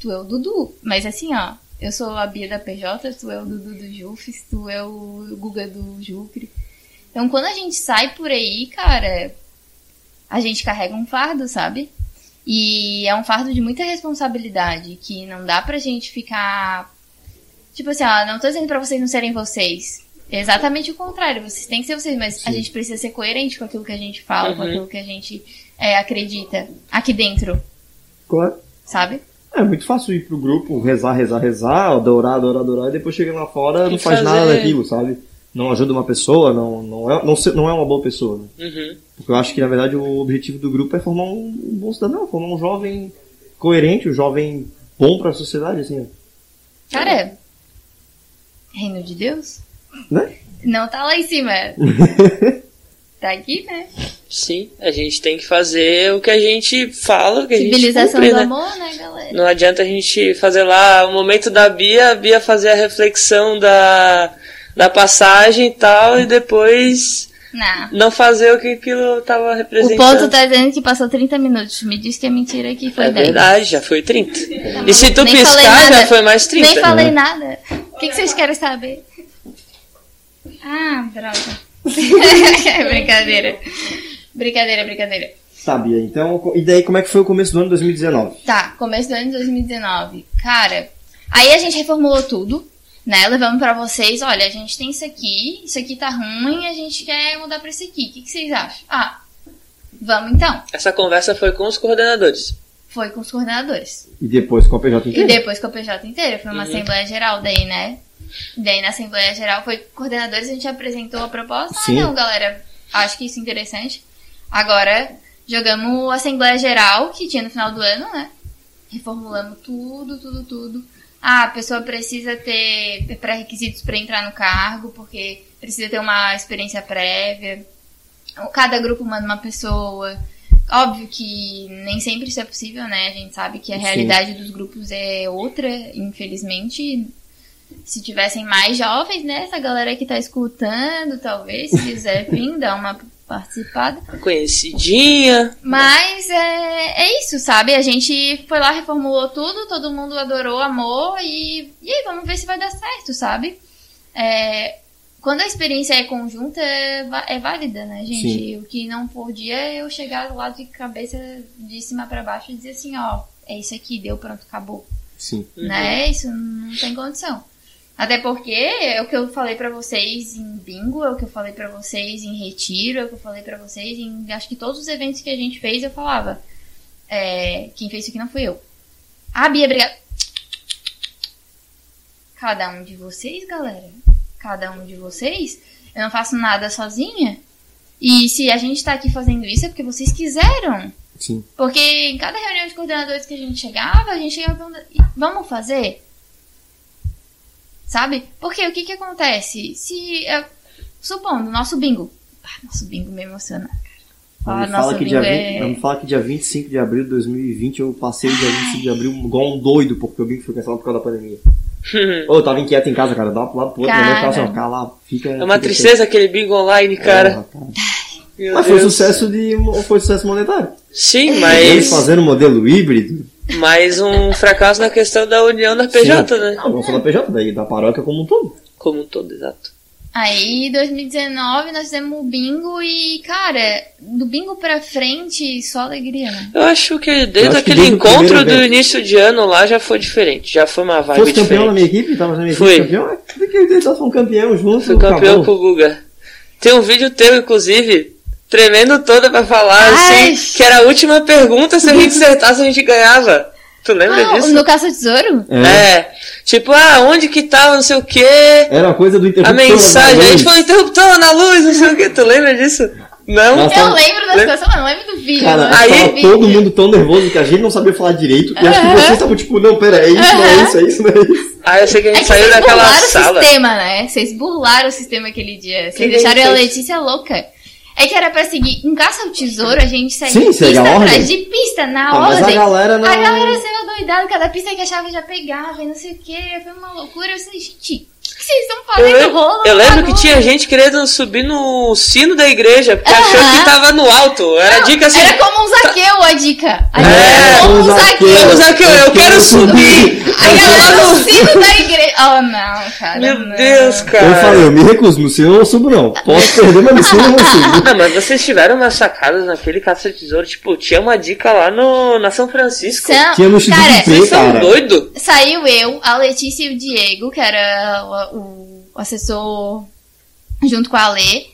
tu é o Dudu, mas assim, ó, eu sou a Bia da PJ, tu é o Dudu do Jufes, tu é o Guga do Jucre. Então quando a gente sai por aí, cara, a gente carrega um fardo, sabe? E é um fardo de muita responsabilidade, que não dá pra gente ficar. Tipo assim, ó, não tô dizendo pra vocês não serem vocês. É Exatamente o contrário, vocês têm que ser vocês, mas a gente precisa ser coerente com aquilo que a gente fala, com Uhum. aquilo que a gente é, acredita aqui dentro, Claro. sabe? É muito fácil ir pro grupo, rezar, rezar, rezar, adorar, adorar, adorar, e depois chega lá fora, não Tem que faz nada fazer. daquilo, sabe? Não ajuda uma pessoa, não, não, é, não, se- não é uma boa pessoa, né? Uhum. Porque eu acho que, na verdade, o objetivo do grupo é formar um bom cidadão, formar um jovem coerente, um jovem bom pra sociedade, assim. Hum. Cara, reino de Deus? Né? Não tá lá em cima. tá aqui, né? Sim, a gente tem que fazer o que a gente fala, o que a gente Civilização cumpre, do né? amor, né, galera? Não adianta a gente fazer lá o momento da Bia, a Bia fazer a reflexão da, da passagem e tal, e depois Não. não fazer o que aquilo tava O ponto representando. tá dizendo que passou 30 minutos. Me diz que é mentira que foi É 10. verdade, já foi 30. E se tu Tá Nem falei piscar, nada. já foi mais 30. Nem falei nada. O que, que vocês querem saber? *laughs* Ah, droga. é brincadeira. Brincadeira, brincadeira. Sabia, então. co- E daí, como é que foi o começo do ano 2019? Tá, começo do ano de 2019. Cara, aí a gente reformulou tudo, né? Levamos pra vocês, olha, a gente tem isso aqui, isso aqui tá ruim, a gente quer mudar pra isso aqui. O que, que vocês acham? Ah, vamos então. Essa conversa foi com os coordenadores. Foi com os coordenadores. E depois com a PJ E inteira? depois com a PJ inteira, foi uma Uhum. Assembleia Geral daí, né? Daí na Assembleia Geral foi com coordenadores, a gente apresentou a proposta. Sim. Ah, não, galera, acho que isso é interessante. Agora, jogamos a Assembleia Geral, que tinha no final do ano, né? Reformulamos tudo, tudo, tudo. Ah, a pessoa precisa ter pré-requisitos para entrar no cargo, porque precisa ter uma experiência prévia. Cada grupo manda uma pessoa. Óbvio que nem sempre isso é possível, né? A gente sabe que a Sim. realidade dos grupos é outra, infelizmente. Se tivessem mais jovens, né? Essa galera que tá escutando, talvez, se quiser vir, *laughs* dar uma participada. Conhecidinha. *laughs* Mas é, é isso, sabe? A gente foi lá, reformulou tudo, todo mundo adorou, amou e, e aí vamos ver se vai dar certo, sabe? É, quando a experiência é conjunta, é, va- é válida, né, gente? Sim. O que não podia é eu chegar lá de cabeça de cima pra baixo e dizer assim, ó, é isso aqui, deu, pronto, acabou Sim. né? Isso não tem condição. Até porque é o que eu falei pra vocês em bingo, é o que eu falei pra vocês em retiro, é o que eu falei pra vocês em acho que todos os eventos que a gente fez eu falava. É, quem fez isso aqui não fui eu. Ah, Bia, obrigada. Cada um de vocês, galera. Cada um de vocês. Eu não faço nada sozinha. E se a gente tá aqui fazendo isso é porque vocês quiseram. Sim. Porque em cada reunião de coordenadores que a gente chegava, a gente chegava perguntando, "E vamos fazer? Sabe? Porque o que que acontece? Se, eh, supondo, nosso bingo. Ah, nosso bingo me emociona. cara. Falar Vamos falar, nosso que bingo dia é... 20, vamos falar que dia 25 de abril de 2020 eu passei o dia 25 de abril igual um doido, porque o bingo foi cancelado por causa da pandemia. Ô, eu tava inquieto em casa, cara. Dá pro lado pro outro, Cara. minha mãe ficava assim, ó, cara lá, fica. É, É uma tristeza aquele bingo online, cara. Meu Mas foi Deus. sucesso de. Foi sucesso monetário. Sim, Eles mas, fazendo modelo híbrido. mas um fracasso na questão da união da PJ, Sim. né? Não, não só da PJ, daí da paróquia como um todo. Como um todo, exato. Aí, em 2019, nós fizemos o bingo e, cara, do bingo pra frente, só alegria, né? Eu acho que Eu acho desde que aquele desde o encontro primeiro do evento. início de ano lá já foi diferente. Já foi uma vibe Fosse campeão na diferente. minha equipe, tava na minha Foi. equipe campeão. é, Tem que eles só são campeão junto. Fui campeão acabou. com o Guga. Tem um vídeo teu, inclusive, tremendo toda pra falar, Ai. assim, que era a última pergunta, se a *laughs* gente acertasse, a gente ganhava. Tu lembra Ah, disso? no caça-tesouro? É. É. Tipo, ah, onde que tá, não sei o quê, Era coisa do a interruptor. mensagem, né? a gente falou interruptor na luz, não sei o quê, tu lembra disso? Não? Nossa, Eu Tá. lembro das coisas, mas não lembro do vídeo. Cara, eu lembro aí- do tava vídeo. todo mundo tão nervoso que a gente não sabia falar direito. E acho que vocês estavam tipo, não, pera, é isso, não é isso, é isso, não é isso. Aí eu sei que a É gente que saiu vocês daquela burlaram sala. o sistema, né? Vocês burlaram o sistema aquele dia. Que Vocês deixaram a isso? Letícia louca. É que era pra seguir. Em caça ao tesouro, a gente segue Sim, pista segue a ordem. atrás de pista, na Ah, mas a ordem. galera não. A galera saiu doidada, cada pista que achava já pegava e não sei o que. Foi uma loucura. Eu falei, gente, o que vocês estão Eu, fazendo? lembro- Rolo eu na lembro que rua?" tinha gente querendo subir no sino da igreja, porque achou Aham. que tava no alto. Era dica assim. Era como um zaqueu a dica. A dica É, era como um como um zaqueu. zaqueu. Vamos aqui, eu, eu quero subir. *laughs* A galera no sino da igreja. Oh, não, cara. Meu não. Deus, cara. Eu falei, eu me recuso, no sino eu não subo não. Posso perder, mas no sino eu não subo. Não, Ah, mas vocês tiveram umas sacadas naquele caça de tesouro. Tipo, tinha uma dica lá no, na São Francisco. Sam- Tinha no X do cara, P, Vocês são cara. doidos? Saiu eu, a Letícia e o Diego, que era o, o assessor junto com a Lê.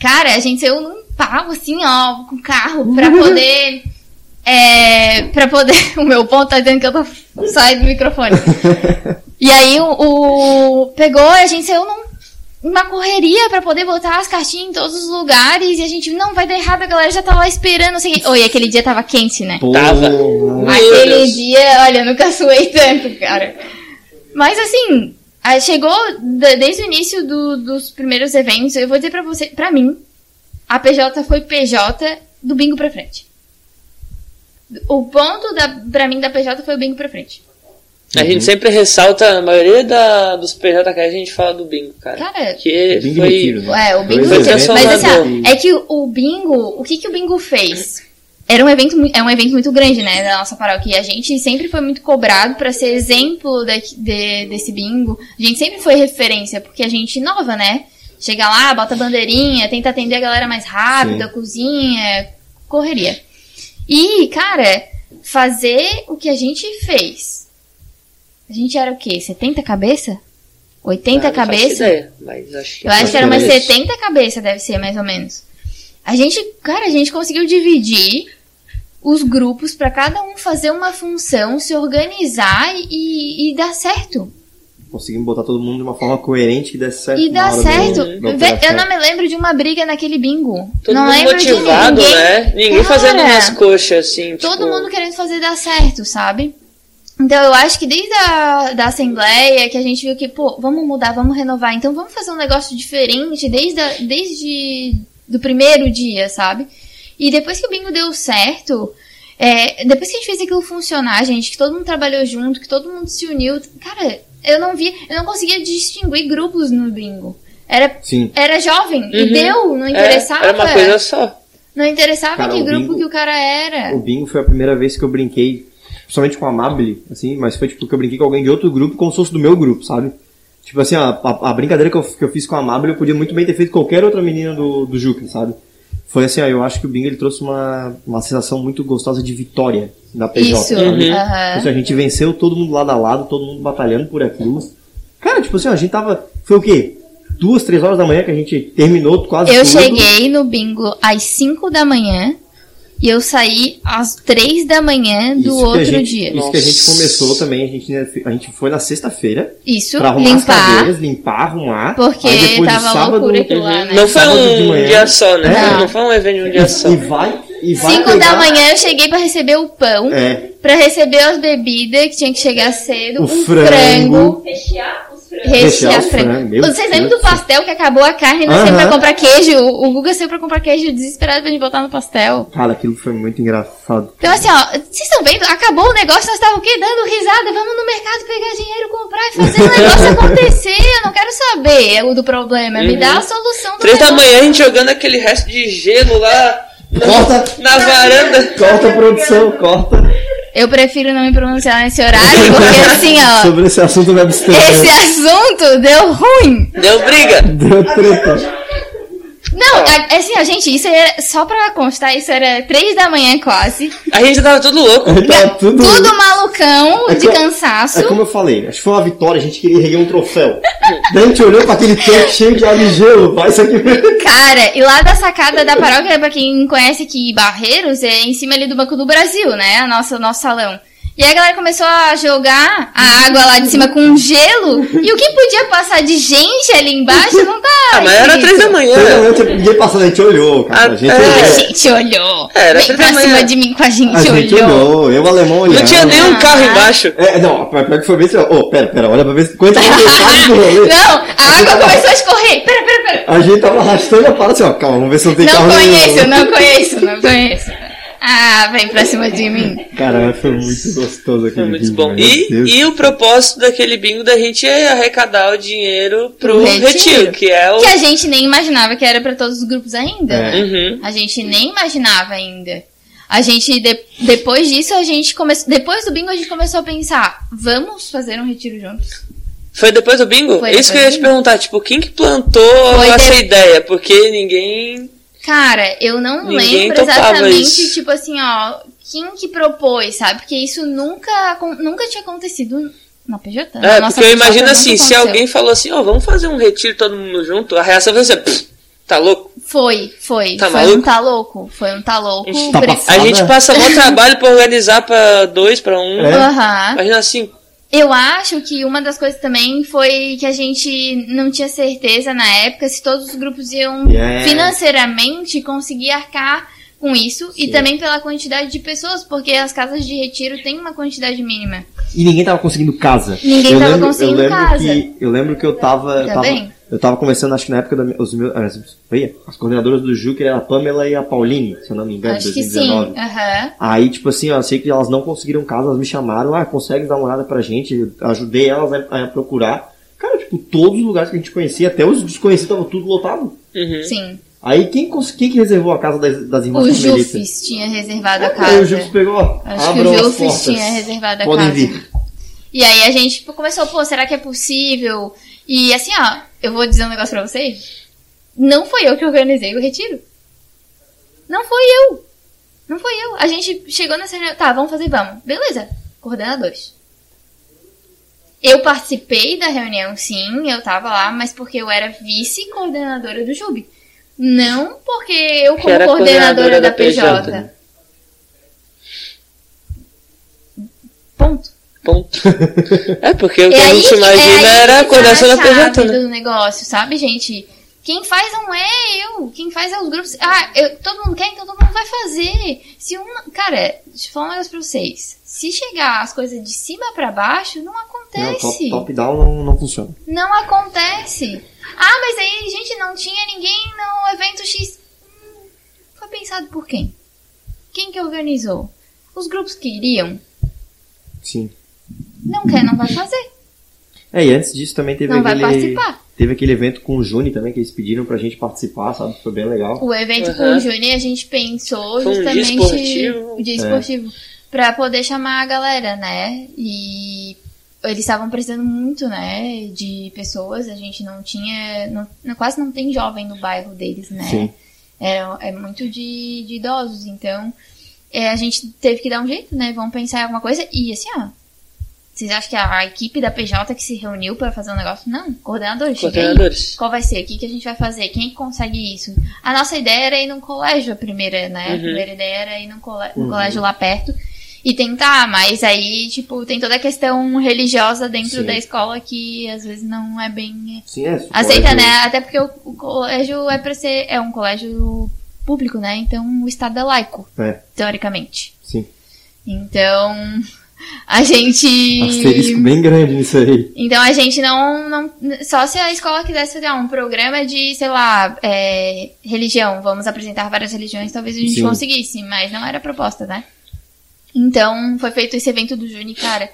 Cara, a gente saiu num pau, assim, ó, com o carro, pra poder. É, pra poder. *laughs* O meu ponto tá dizendo que eu tô saindo do microfone. E aí o, o- pegou, a gente saiu num- numa correria pra poder botar as cartinhas em todos os lugares. E a gente, não, vai dar errado, a galera já tá lá esperando. não sei o quê. Oi, aquele dia tava quente, né? Pô, Tava. mano. Meu Aquele Deus. dia, olha, eu nunca suei tanto, cara. Mas assim, a- chegou da- desde o início do- dos primeiros eventos, eu vou dizer pra você, pra mim, a PJ foi PJ do bingo pra frente. O ponto da, pra mim da PJ foi o bingo pra frente. A Uhum. gente sempre ressalta, a maioria da, dos PJ que a gente fala do bingo, cara. Cara, que Bingo foi. Retiro, né? É, o bingo Dois Mas eventos. assim, ó, Salvador. é que o bingo, o que que o bingo fez? Era um evento, mui- é um evento muito grande, né, da nossa paróquia. E a gente sempre foi muito cobrado pra ser exemplo da- de- desse bingo. A gente sempre foi referência, porque a gente inova, né? Chega lá, bota a bandeirinha, tenta atender a galera mais rápida, Sim. cozinha, correria. E, cara, fazer o que a gente fez. A gente era o quê? 70 cabeça? 80 Ah, não faço cabeça? ideia, mas acho que tá Eu acho que era umas Cabeça. 70 cabeças, deve ser, mais ou menos. A gente, cara, a gente conseguiu dividir os grupos pra cada um fazer uma função, se organizar e, e dar certo. Conseguimos botar todo mundo de uma forma coerente que desse certo. E na hora dá do- tá certo. da Vê, operação. eu não me lembro de uma briga naquele bingo. Todo não mundo lembro motivado, de ninguém. né? Ninguém Cara, fazendo umas coxas assim. Todo tipo, mundo querendo fazer dar certo, sabe? Então eu acho que desde a da assembleia que a gente viu que, pô, vamos mudar, vamos renovar, então vamos fazer um negócio diferente desde, a- desde do primeiro dia, sabe? E depois que o bingo deu certo, é, depois que a gente fez aquilo funcionar, gente, que todo mundo trabalhou junto, que todo mundo se uniu, cara, eu não vi, eu não conseguia distinguir grupos no bingo. Era, Sim. era jovem e Uhum. deu, não é, interessava. Era uma coisa só. Não interessava Cara, que o grupo bingo- que o cara era. O bingo foi a primeira vez que eu brinquei, principalmente com a Mabile, assim, mas foi tipo que eu brinquei com alguém de outro grupo como se fosse do meu grupo, sabe? Tipo assim, a, a, a brincadeira que eu, que eu fiz com a Mabile eu podia muito bem ter feito com qualquer outra menina do, do Juca, sabe? Foi assim, ó, eu acho que o bingo ele trouxe uma, uma sensação muito gostosa de vitória da PJ. Isso. É. sabe? aham. Tipo assim, a gente venceu todo mundo lado a lado, todo mundo batalhando por aquilo. Cara, tipo assim, ó, a gente tava. Foi o quê? Duas, três horas da manhã que a gente terminou quase Eu tudo. cheguei no bingo às 5 da manhã e eu saí às 3 da manhã do Isso que a outro gente- dia. Isso que a gente Nossa. começou também, a gente, né, a gente foi na sexta-feira Isso, pra arrumar as limpar, cadeiras, limpar, arrumar. porque aí depois de tava sábado, loucura aquilo lá, né? Não foi Sábado de um manhã. dia só, né? É. Não foi um evento de um dia só. E, e vai, e vai 5 da pegar- manhã eu cheguei pra receber o pão, É, pra receber as bebidas que tinha que chegar cedo, O um frango, frango. Rechear os frangos. Rechear rechear os frango. frangos, meu Vocês lembram Deus. do pastel que acabou a carne, nós Aham. saímos pra comprar queijo, o o Guga saiu pra comprar queijo desesperado pra gente botar no pastel. cara, aquilo foi muito engraçado. Então, assim, ó, vocês estão vendo? Acabou o negócio, nós estávamos o quê? Dando risada. Vamos no mercado pegar dinheiro, comprar e fazer o negócio acontecer. Eu não quero saber é o do problema. Me dá a solução do Uhum. Três da negócio. manhã a gente jogando aquele resto de gelo lá Corta, na varanda. corta produção, corta. Eu prefiro não me pronunciar nesse horário, porque assim, ó, *laughs* Sobre esse assunto me abstendo. esse assunto deu ruim. Deu briga. Deu treta. Não, a- assim, ó, gente, isso era, só pra constar, isso era três da manhã quase. A gente tava tudo louco. Tá tudo... Tudo malucão, É de como- cansaço. É como eu falei, acho que foi uma vitória, a gente queria erguer um troféu. Daí a gente olhou pra aquele tanque cheio de água e gelo, vai isso aqui. Cara, e lá da sacada da paróquia, pra quem conhece aqui Barreiros, é em cima ali do Banco do Brasil, né? A nossa, o nosso salão. E aí a galera começou a jogar a água lá de cima com gelo. E o que podia passar de gente ali embaixo não tá. Ah, mas era escrito. três da manhã. Então, Ninguém passando, a gente olhou, cara. A gente Ah, A olhou. é. gente olhou. É, era três Vem pra da manhã. cima de mim com a gente, A gente olhou. Ah. olhou, eu alemão olhando. Não tinha um nenhum carro embaixo. É, não, pior pior que foi bem assim, ó. Ô, pera, pera, olha pra ver se quanto detalhe do *laughs* rolê. Não, a água começou a escorrer. Pera, pera, pera. A gente tava arrastando a parada assim, ó, calma, vamos ver se não tem Não carro conheço, né? nenhum. não conheço, não conheço. Ah, vem pra cima de mim. Cara, foi muito gostoso aquele Foi muito vídeo, bom. meu Deus. E, e o propósito daquele bingo da gente é arrecadar o dinheiro pro Pro retiro. retiro, que é o. Que a gente nem imaginava que era pra todos os grupos ainda, É. né? Uhum. A gente nem imaginava ainda. A gente, de- depois disso, a gente começou. Depois do bingo, a gente começou a pensar: vamos fazer um retiro juntos? Foi depois do bingo? Foi Isso que eu ia depois te do bingo. perguntar, tipo, quem que plantou Foi essa de- ideia? Porque ninguém. Cara, eu não Ninguém lembro topava exatamente, isso. tipo assim, ó, quem que propôs, sabe? Porque isso nunca, acon- nunca tinha acontecido na PJ. na É, nossa porque eu PJ imagino nunca assim, se aconteceu. alguém falou assim, ó, vamos fazer um retiro todo mundo junto, a reação foi assim, "Pff, tá louco? Foi, foi. Tá foi um maluco? tá louco. Foi um tá louco. Ixi, tá pre- passado. A Fala. gente passa bom trabalho pra organizar pra dois, pra um. É. Aham. Imagina assim, Eu acho que uma das coisas também foi que a gente não tinha certeza na época se todos os grupos iam Yeah. financeiramente conseguir arcar com isso e Sim. também pela quantidade de pessoas, porque as casas de retiro têm uma quantidade mínima. E ninguém tava conseguindo casa. Ninguém eu tava lembro, conseguindo eu lembro casa. Que, eu lembro que eu tava. eu Tá tava- bem? Eu tava conversando, acho que na época da minha- os meus, as, olha, as coordenadoras do Juca era a Pamela e a Pauline, se eu não me engano, acho que sim. 2019. Aham. Aí, tipo assim, eu sei que elas não conseguiram casa, elas me chamaram, ah, consegue dar uma olhada pra gente, eu ajudei elas a, a procurar. Cara, tipo, todos os lugares que a gente conhecia, até os desconhecidos, estavam tudo lotado. uhum. Sim. Aí, quem, cons- quem que reservou a casa das, das irmãs O Carmelitas? Jufis tinha reservado a Aí o casa. Jufis pegou, ó, Acho abram que o as Jufis portas. tinha reservado a Podem casa. vir. E aí a gente tipo, começou, pô, será que é possível? E assim, ó, eu vou dizer um negócio pra vocês. Não foi eu que organizei o retiro. Não foi eu. Não foi eu. A gente chegou nessa reunião. Tá, vamos fazer, vamos. Beleza. Coordenadores. Eu participei da reunião, sim, eu tava lá, mas porque eu era vice-coordenadora do JUB. Não porque eu, como era coordenadora, coordenadora da, da PJ. PJ, né? Ponto. *laughs* Ponto. É, porque o que É a aí gente que- imagina é aí era a que tá coordenação da PJ, chave né? do negócio, sabe, gente? Quem faz não é eu. Quem faz é os grupos. Ah, eu- todo mundo quer, então todo mundo vai fazer. Se um. Cara, deixa eu falar um negócio pra vocês. Se chegar as coisas de cima pra baixo, não Não, acontece. top, top down não, não funciona. Não acontece. Ah, mas aí, gente, não tinha ninguém no evento X. Hum, Foi pensado por quem? Quem que organizou? Os grupos que iriam? Sim. Não quer, não vai fazer. É, e antes disso também teve não vai aquele. participar. Teve aquele evento com o Juni também, que eles pediram pra gente participar, sabe? Foi bem legal. O evento com Aham. o Juni a gente pensou Foi um dia justamente esportivo. o dia esportivo pra poder chamar a galera, né? E eles estavam precisando muito, né, de pessoas. A gente não tinha, não- quase não tem jovem no bairro deles, né? Sim. É, é muito de, de idosos, então é, a gente teve que dar um jeito, né? Vamos pensar em alguma coisa. E assim, ó. Vocês acham que a, a equipe da PJ que se reuniu pra fazer um negócio? Não, coordenadores. chega aí. Coordenadores. Qual vai ser? O que, que a gente vai fazer? Quem que consegue isso? A nossa ideia era ir num colégio, a primeira, né? A Uhum. primeira ideia era ir num, cole- num Uhum. colégio lá perto e tentar, mas aí, tipo, tem toda a questão religiosa dentro Sim. da escola que às vezes não é bem Sim, é. Aceita, colégio- né? Até porque o, o colégio é pra ser. É um colégio público, né? Então o Estado é laico, É, teoricamente. sim. Então. *laughs* A Asterisco gente. bem grande nisso aí. Então a gente não, não. Só se a escola quisesse fazer ah, um programa de, sei lá, é, religião. Vamos apresentar várias religiões, talvez a gente Sim. conseguisse, mas não era a proposta, né? Então foi feito esse evento do Juni, cara.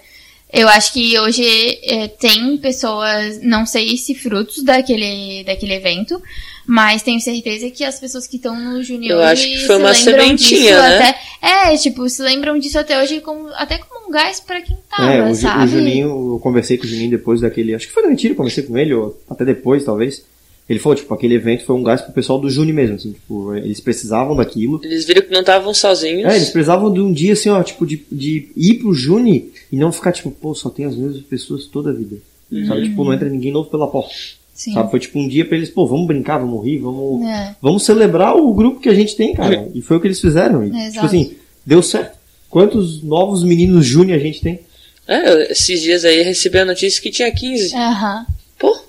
Eu acho que hoje eh, tem pessoas, não sei se frutos daquele, daquele evento, mas tenho certeza que as pessoas que estão no Junior Eu acho que foi se uma lembram disso sementinha, né? até. É, tipo, se lembram disso até hoje como, até como um gás pra quem tava, é, o, Ju- sabe? o Juninho, eu conversei com o Juninho depois daquele. Acho que foi no retiro, conversei com ele, ou até depois, talvez. Ele falou, tipo, aquele evento foi um gás pro pessoal do Juni mesmo, assim, tipo, eles precisavam daquilo. Eles viram que não estavam sozinhos. É, eles precisavam de um dia, assim, ó, tipo, de, de ir pro Juni e não ficar, tipo, pô, só tem as mesmas pessoas toda a vida. Sabe, tipo, não entra ninguém novo pela porta. Sim. Sabe, foi tipo um dia pra eles, pô, vamos brincar, vamos rir, vamos. É. Vamos celebrar o grupo que a gente tem, cara. E foi o que eles fizeram. E, É, tipo exato. assim, deu certo. Quantos novos meninos júnior a gente tem? É, eu- esses dias aí recebi a notícia que tinha 15. Aham. Pô!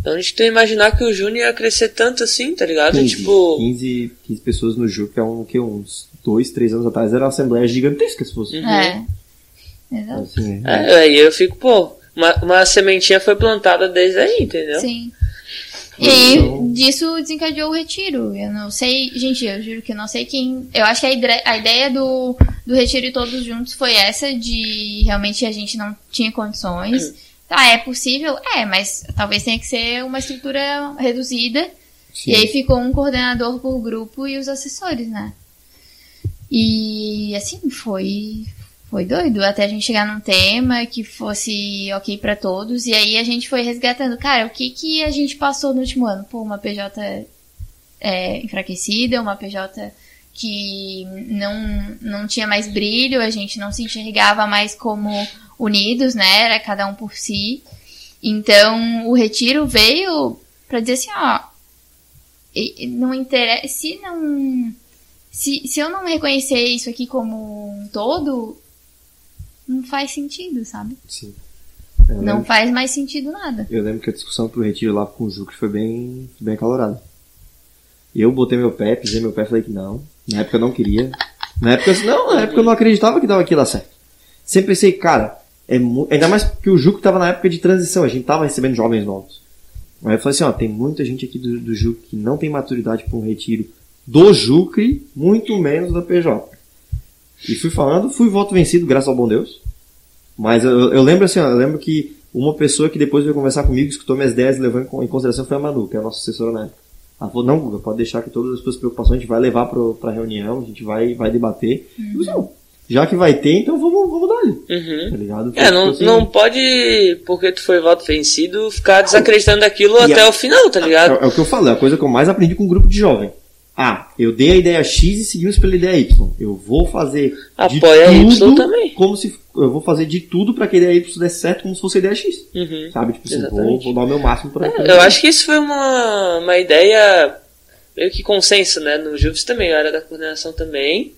Então a gente tem que imaginar que o Júnior ia crescer tanto assim, tá ligado? Tipo. 15, 15 pessoas no Ju, que é um que uns dois, três anos atrás era uma assembleia gigantesca, se fosse. Uhum. É. Exato. Assim, é. É, aí eu fico, pô, uma, uma sementinha foi plantada desde aí, entendeu? Sim. Então- E disso desencadeou o retiro. Eu não sei, gente, eu juro que eu não sei quem. Eu acho que a, idre- a ideia do, do retiro e todos juntos foi essa de realmente a gente não tinha condições. Ah, é possível? É, mas talvez tenha que ser uma estrutura reduzida. Sim. E aí ficou um coordenador por grupo e os assessores, né? E assim, foi foi doido até a gente chegar num tema que fosse ok pra todos. E aí a gente foi resgatando, cara, o que que a gente passou no último ano? Pô, uma PJ é, enfraquecida, uma PJ que não, não tinha mais brilho, a gente não se enxergava mais como unidos, né? Era cada um por si. Então o retiro veio pra dizer assim, ó, e- e não interessa. Se não. Se, se eu não reconhecer isso aqui como um todo, não faz sentido, sabe? Sim. É, Eu, Não Né? Lembro, faz mais sentido nada. eu lembro que a discussão pro retiro lá com o Ju que foi bem, bem acalorada. Eu botei meu pé, pisei meu pé, falei que não. Na época eu não queria. Na época eu, não, na época eu não acreditava que dava aquilo a certo. Sempre pensei, cara, é mu- ainda mais que o Juco tava na época de transição, a gente tava recebendo jovens novos. Aí eu falei assim, ó, tem muita gente aqui do, do Juco que não tem maturidade para um retiro do Jucre, muito menos da PJ. E fui falando, fui voto vencido, graças ao bom Deus. Mas eu, eu lembro assim, ó, eu lembro que uma pessoa que depois veio conversar comigo, escutou minhas ideias e levou em, con- em consideração foi a Manu, que é a nossa assessora na época. Ela falou, não, Guga, pode deixar que todas as suas preocupações a gente vai levar pro, pra reunião, a gente vai, vai debater. Eu falei, assim, "Não, Já que vai ter, então vamos, vamos dar-lhe, Uhum. tá ligado? É, não, Porque, não pode, porque tu foi voto vencido, ficar desacreditando daquilo E até a- o final, tá ligado? É, é o que eu falo, é a coisa que eu mais aprendi com um grupo de jovem. Ah, eu dei a ideia X e seguimos pela ideia Y. Eu vou fazer Apoia a de Y tudo também. como se eu vou fazer de tudo pra que a ideia Y desse certo como se fosse a ideia X. Uhum. Sabe? Tipo assim, vou, Exatamente. vou dar o meu máximo pra pra- É, Eu acho que isso foi uma, uma ideia meio que consenso, né? No Juves também, eu era da coordenação também.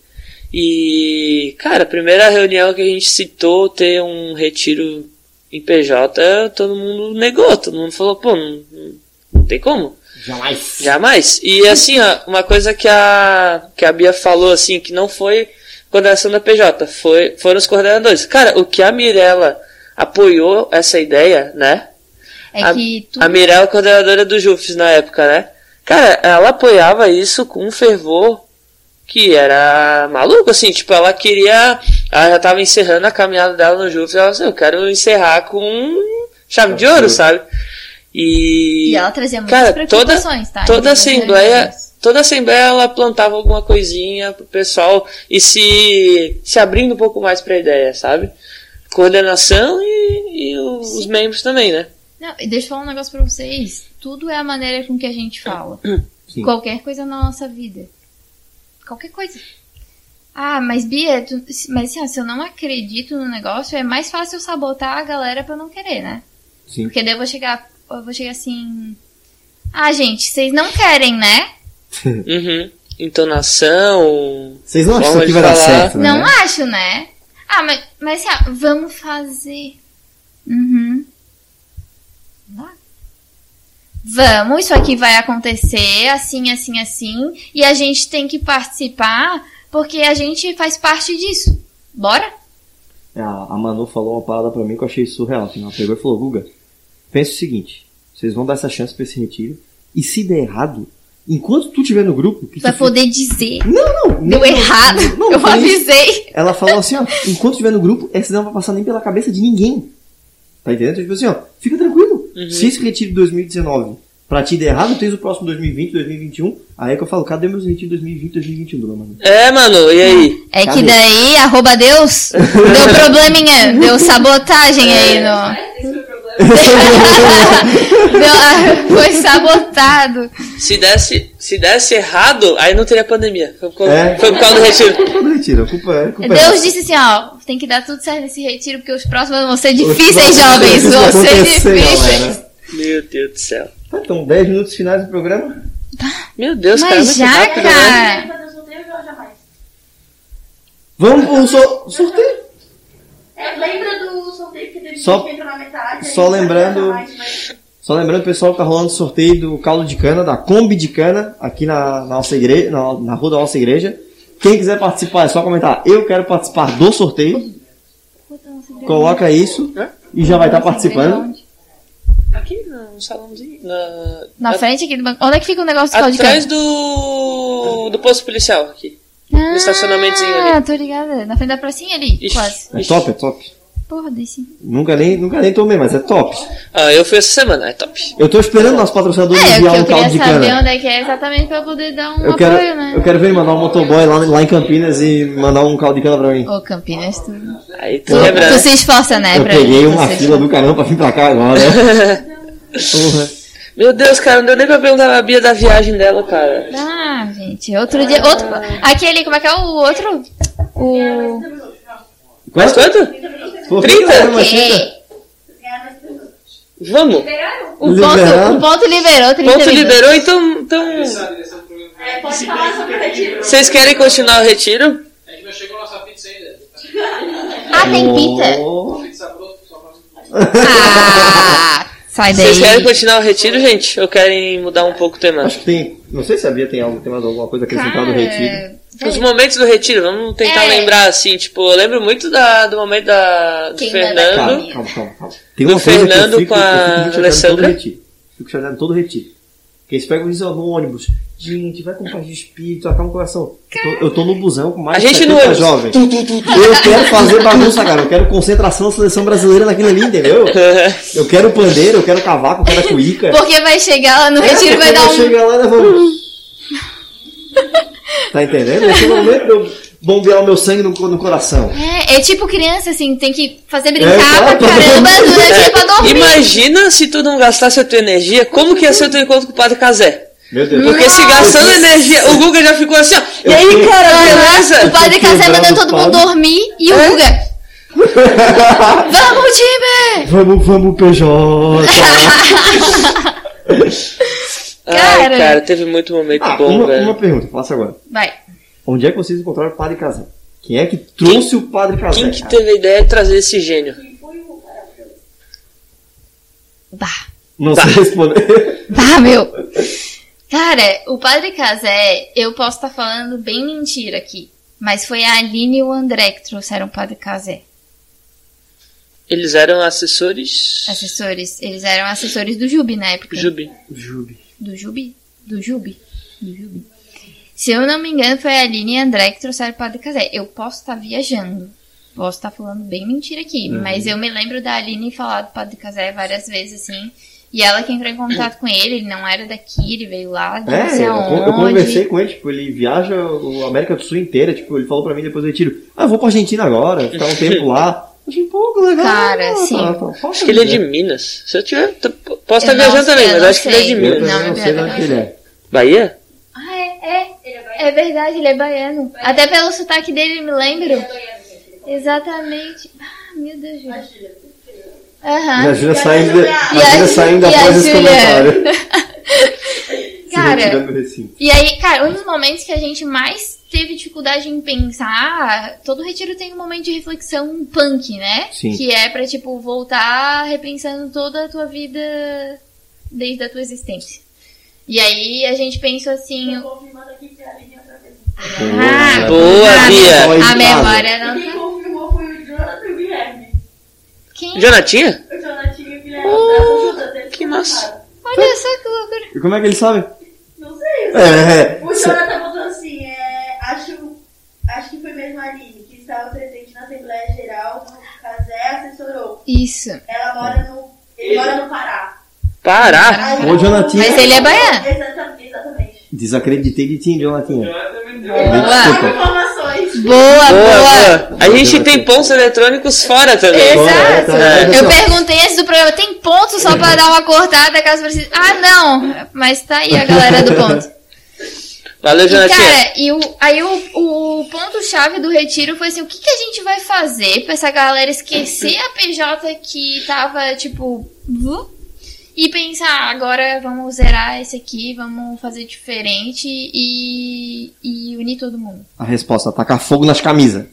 E, cara, a primeira reunião que a gente citou ter um retiro em PJ, todo mundo negou, todo mundo falou, pô, não, não- não tem como. Jamais. Jamais. E assim, ó, uma coisa que a, que a Bia falou, assim, que não foi coordenação da PJ, foi, foram os coordenadores. Cara, o que a Mirella apoiou essa ideia, né? É A- que tu. A Mirella, coordenadora do Jufes na época, né? Cara, ela apoiava isso com um fervor que era maluco, assim, tipo, ela queria. Ela já tava encerrando a caminhada dela no Jufes, ela assim, eu quero encerrar com um chave de ouro, sabe? E. E ela trazia muitas Cara, toda, preocupações, tá? toda Muitas assembleia, reuniões. toda assembleia ela plantava alguma coisinha pro pessoal e se, se abrindo um pouco mais pra ideia, sabe? Coordenação e, e o- os membros também, né? Não, e deixa eu falar um negócio pra vocês. Tudo é a maneira com que a *clears throat* gente fala. Sim. Qualquer coisa na nossa vida. Qualquer coisa. Ah, mas Bia, tu- se- mas assim, ó, se eu não acredito no negócio, é mais fácil eu sabotar a galera pra eu não querer, né? Sim. *laughs* Porque daí eu vou chegar, eu vou chegar assim. Ah, gente, vocês não querem, né? Uhum. Entonação. Vocês não acham Forma que de vai dar falar. certo, né? Não acho, né? Ah, mas, mas assim, ó, vamos fazer. Uhum. Vamos lá. Vamos, isso aqui vai acontecer, assim, assim, assim. E a gente tem que participar, porque a gente faz parte disso. Bora? Ah, A, a Manu falou uma parada pra mim que eu achei surreal. Que ela pegou e falou, Guga, pensa o seguinte, vocês vão dar essa chance pra esse retiro, e se der errado, enquanto tu estiver no grupo... Que Pra tu- poder dizer. Não, não, Deu não, errado. não, Eu não falei isso. avisei. Ela falou assim, ó, enquanto estiver no grupo, essa não vai passar nem pela cabeça de ninguém. Tá entendendo? Tipo assim, ó, fica tranquilo. Uhum. Se esse retiro de 2019 pra ti der errado, tens o próximo 2020, 2021. Aí é que eu falo, cadê meus retiros de 2020, 2021, dona Manu? É, mano, e aí? É que Cadê? daí, arroba Deus, deu *laughs* probleminha, deu sabotagem aí no. É, *laughs* esse foi o problema. deu- ah, foi sabotado. Se desse, se desse errado, aí não teria pandemia. Foi por causa, É. foi por causa do retiro. Cadê o retiro? A culpa é... A culpa é Deus disse assim, ó, tem que dar tudo certo nesse retiro, porque os próximos vão ser difíceis, Os jovens, é próximos vão ser acontecer, difíceis. galera. Meu Deus do céu. Tá, então, 10 minutos finais do programa. Meu Deus, Mas cara, muito já, rápido, né? cara. Eu solteiro ou jamais? Vamos pro so- sorteio. É, lembra do sorteio que teve Só- gente que entrou na metade? aí só não lembrando- vai mais, mas- Só lembrando, pessoal, que tá rolando sorteio do caldo de cana, da Kombi de cana, aqui na, na nossa igreja, na, na rua da nossa igreja. Quem quiser participar, é só comentar, eu quero participar do sorteio. Coloca isso e já vai estar participando. Aqui no salãozinho. Na, Na frente aqui do banco. Onde é que fica o negócio do caldo de Atrás cana? do. do posto policial aqui. Ah, estacionamentozinho ali. Ah, tô ligada. Na frente da pracinha ali, Ixi. quase. É top, é top. Porra, desse. Nunca nem, nunca nem tomei, mas é top. Ah, eu fui essa semana, é top. Eu tô esperando nosso patrocinador É, o enviar que eu um caldo queria de saber cana. onde é que é exatamente pra eu poder dar um Eu quero, apoio, né? eu quero ver ele mandar um motoboy lá, lá em Campinas e mandar um caldo de cana pra mim. Ô, Campinas, tu. Aí tu Tu, Uhum. lembra. tu né? se esforça, né? Então, Eu pra peguei uma você- fila do caramba pra vir pra cá *laughs* agora. Porra. Meu Deus, cara, não deu nem pra perguntar a Bia da viagem dela, cara. Ah, gente, outro dia. Outro, aquele, como é que é o outro? O. Mas quanto? é? Pô, 30? que problema, Ok. Cida? Vamos! O ponto, Liberado. o ponto liberou 30 Ponto minutos. liberou, então. então... É, pode falar sobre o retiro. Vocês querem continuar o retiro? A gente não chegou a nossa pizza ainda. Ah, tem pita? Oh. *laughs* Pizza pronta, só pra Ah, sai Vocês querem daí. continuar o retiro, gente? Ou querem mudar um pouco o tema? Acho que tem. Não sei se havia tem, algo, tem mais alguma coisa acrescentada do retiro. É. Os Cara, momentos do retiro, vamos tentar É. lembrar assim, tipo, eu lembro muito da, do momento da, do Quem manda *laughs* Fernando. Calma, Ando. calma, calma, calma. Tem Do uma coisa que Uhum. Fernando eu fico, com a eu fico muito chateado em Alessandra. Todo retiro. Fico chateado em todo retiro. Porque eles pegam isso no ônibus. Gente, vai com paz de espírito, acalma o coração. Eu tô, eu tô no busão com mais A gente de no 70 ônibus. jovens. Eu quero fazer bagunça, cara. Eu quero concentração da seleção brasileira naquilo ali, entendeu? Eu quero pandeiro, eu quero cavaco, eu quero a cuíca. Porque vai chegar lá no retiro e vai É, Porque um- dar nós *laughs* um. chega lá e nós vamos. tá entendendo? Esse momento de eu bombear o meu sangue no, co- no coração. É, é tipo criança, assim, tem que fazer É, brincar claro, pra todo caramba mundo- durante pra dormir. É, Imagina se tu não gastasse a tua energia, como que ia ser o teu encontro com o Padre Cazé? Meu Deus. Porque se gastando energia, o Guga já ficou assim, ó. E Eu aí, fui- cara, O beleza? padre Casé Quebrando mandando todo o mundo pau. dormir e o É. Guga. *laughs* Vamos, time! Vamos, vamos, PJ. Ai, Cara. cara, teve muito momento Ah, *laughs* bom, uma, velho. uma pergunta, faça agora. Vai. Onde é que vocês encontraram o Padre Casé? Quem é que trouxe o Padre Casé? Quem que cara? teve a ideia de trazer esse gênio? Bah. Não Tá. sei responder. *laughs* Bah, Tá, meu. Cara, o padre Casé, eu posso estar falando bem mentira aqui. Mas foi a Aline e o André que trouxeram o padre Casé. Eles eram assessores. Assessores. Eles eram assessores do Jubi na época. Jubi. Jube. Do Jubi? Do Jubi? Do Jubi. Se eu não me engano, foi a Aline e a André que trouxeram o Padre Casé. Eu posso estar viajando. Posso estar falando bem mentira aqui. Uhum. Mas eu me lembro da Aline falar do Padre Casé várias vezes, assim. E ela que entrou em contato com ele. Ele não era daqui, ele veio lá de não É, sei eu, con- eu aonde. conversei com ele, tipo, ele viaja a América do Sul inteira, tipo, ele falou pra mim depois do retiro, ah, eu vou pra Argentina agora, ficar um tempo lá. Eu achei, pô, que legal. Cara, tá- sim. tá- tá- Acho que ele é né? de Minas. Se eu tiver. t- Posso estar Eu não viajando sei, também, eu mas não acho que ele é de sei. Eu Minas. não, Não, não é sei de onde verdade. ele é. Bahia? Ah, é, é. É verdade, ele é baiano. Até pelo sotaque dele, me lembro. Exatamente. Ah, meu Deus. Júlia. Aham. E a Júlia saindo, de- a Ah, E a Júlia Ju- saindo e a após esse Júlia. comentário. Se Cara, retirando do recinto. E aí, cara, um dos momentos que a gente mais teve dificuldade em pensar, todo retiro tem um momento de reflexão punk, né? Sim. Que é pra, tipo, voltar repensando toda a tua vida desde a tua existência. E aí a gente pensou assim, Confirmando aqui que a Aline é outra vez. ah, Boa, a- Bia. A Coitada. memória não tá? tá- Quem confirmou foi o Jonathan e o Guilherme. Quem? Jonatinha? O Jonathan e o Guilherme. Oh, ajuda deles Uh, que confirmaram. massa. Olha só que loucura. E como é que ele sabe? Não sei. É, O Jonathan botou assim, é, acho, acho que foi mesmo a Aline, que estava presente na Assembleia Geral, o Casé assessorou. Isso. Ela mora no, ele mora no Pará. Pará. Aí- Ô, Jonathan. Mas ele é baiano. Exata- Exatamente. desacreditei de ti, assim, Jonatinha. Ah, Quatro Desculpa. informações. Boa, boa. Boa, boa. A gente tem pontos eletrônicos fora também. Boa, Exato. tá, tá, Eu tá. perguntei antes do programa, tem ponto só pra dar uma cortada caso precise. Ah, não. Mas tá aí a galera do ponto. Valeu, E, Jonatinha. cara, e o, aí o, o ponto-chave do retiro foi assim: o que, que a gente vai fazer pra essa galera esquecer a PJ que tava tipo. vu, E pensar, ah, agora vamos zerar esse aqui, vamos fazer diferente e, e unir todo mundo. A resposta, tacar fogo nas camisas.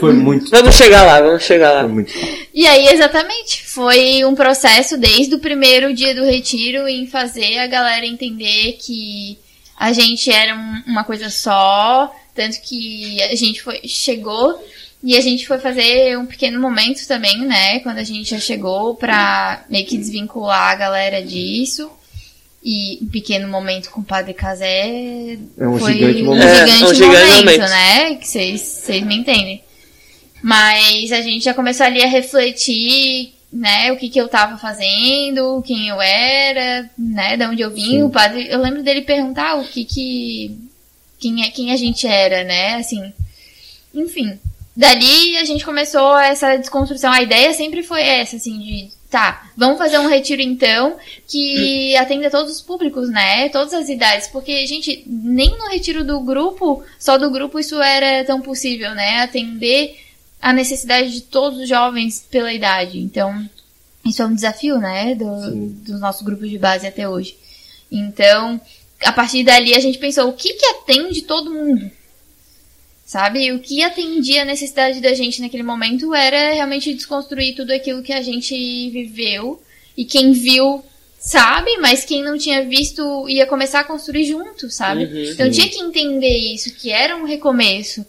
Foi muito. Vamos chegar lá, vamos chegar Foi lá. muito. E aí, exatamente, foi um processo desde o primeiro dia do retiro em fazer a galera entender que a gente era um- uma coisa só, tanto que a gente foi, chegou e a gente foi fazer um pequeno momento também, né? Quando a gente já chegou pra meio que desvincular a galera disso. E um pequeno momento com o Padre Casé É um foi gigante um momento. É, gigante, um gigante momento, momento. né? Que vocês vocês me entendem. Mas a gente já começou ali a refletir, né? O que, que eu tava fazendo, quem eu era, né? Da onde eu vim. Sim. O padre, eu lembro dele perguntar o que que... Quem, é, quem a gente era, né? Assim, enfim. Dali a gente começou essa desconstrução. A ideia sempre foi essa, assim, de... Tá, vamos fazer um retiro então que atenda todos os públicos, né? Todas as idades. Porque, gente, nem no retiro do grupo, só do grupo, isso era tão possível, né? Atender a necessidade de todos os jovens pela idade. Então, isso é um desafio, né? Do, Sim. dos nossos grupos de base até hoje. Então, a partir dali a gente pensou, o que que atende todo mundo? Sabe? O que atendia a necessidade da gente naquele momento era realmente desconstruir tudo aquilo que a gente viveu e quem viu sabe, mas quem não tinha visto ia começar a construir junto, sabe? Uhum. Então tinha que entender isso, que era um recomeço.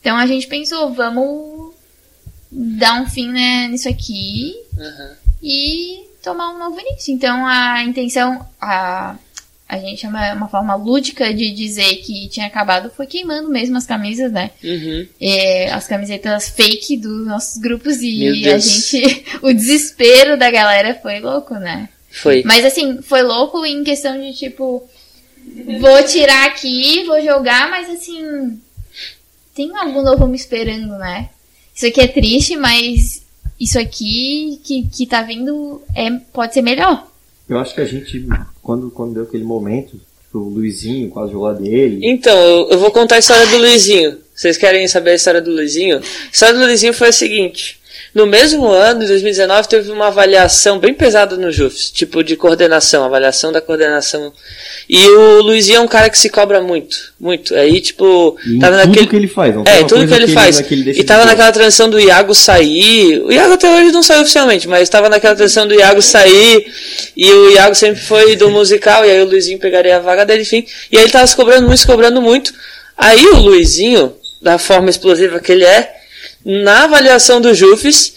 Então a gente pensou, vamos dar um fim né, nisso aqui Aham. e tomar um novo início. Então a intenção, a, a gente chama uma forma lúdica de dizer que tinha acabado foi queimando mesmo as camisas, né? Uhum. é, as camisetas fake dos nossos grupos Meu e a Deus. gente, *laughs* o desespero da galera foi louco, né? Foi. Mas assim, foi louco em questão de tipo, vou tirar aqui, vou jogar, mas assim, tem algum novo me esperando, né? Isso aqui é triste, mas isso aqui que, que tá vindo é, pode ser melhor. Eu acho que a gente, quando, quando deu aquele momento, tipo, o Luizinho quase jogou a dele. Então, eu, eu vou contar a história do Luizinho. Vocês querem saber a história do Luizinho? A história do Luizinho foi a seguinte. No mesmo ano, em 2019, teve uma avaliação bem pesada no JUFS, tipo de coordenação, avaliação da coordenação. E o Luizinho é um cara que se cobra muito, muito. Aí, tipo, E em tava tudo naquele. que ele faz. Não tem É, uma em tudo coisa que ele faz. que ele deixa e de tava fazer. naquela transição do Iago sair. O Iago até hoje não saiu oficialmente, mas tava naquela transição do Iago sair. E o Iago sempre foi do musical, e aí o Luizinho pegaria a vaga dele, enfim. E aí ele tava se cobrando muito, se cobrando muito. Aí o Luizinho, da forma explosiva que ele é, na avaliação do Jufes,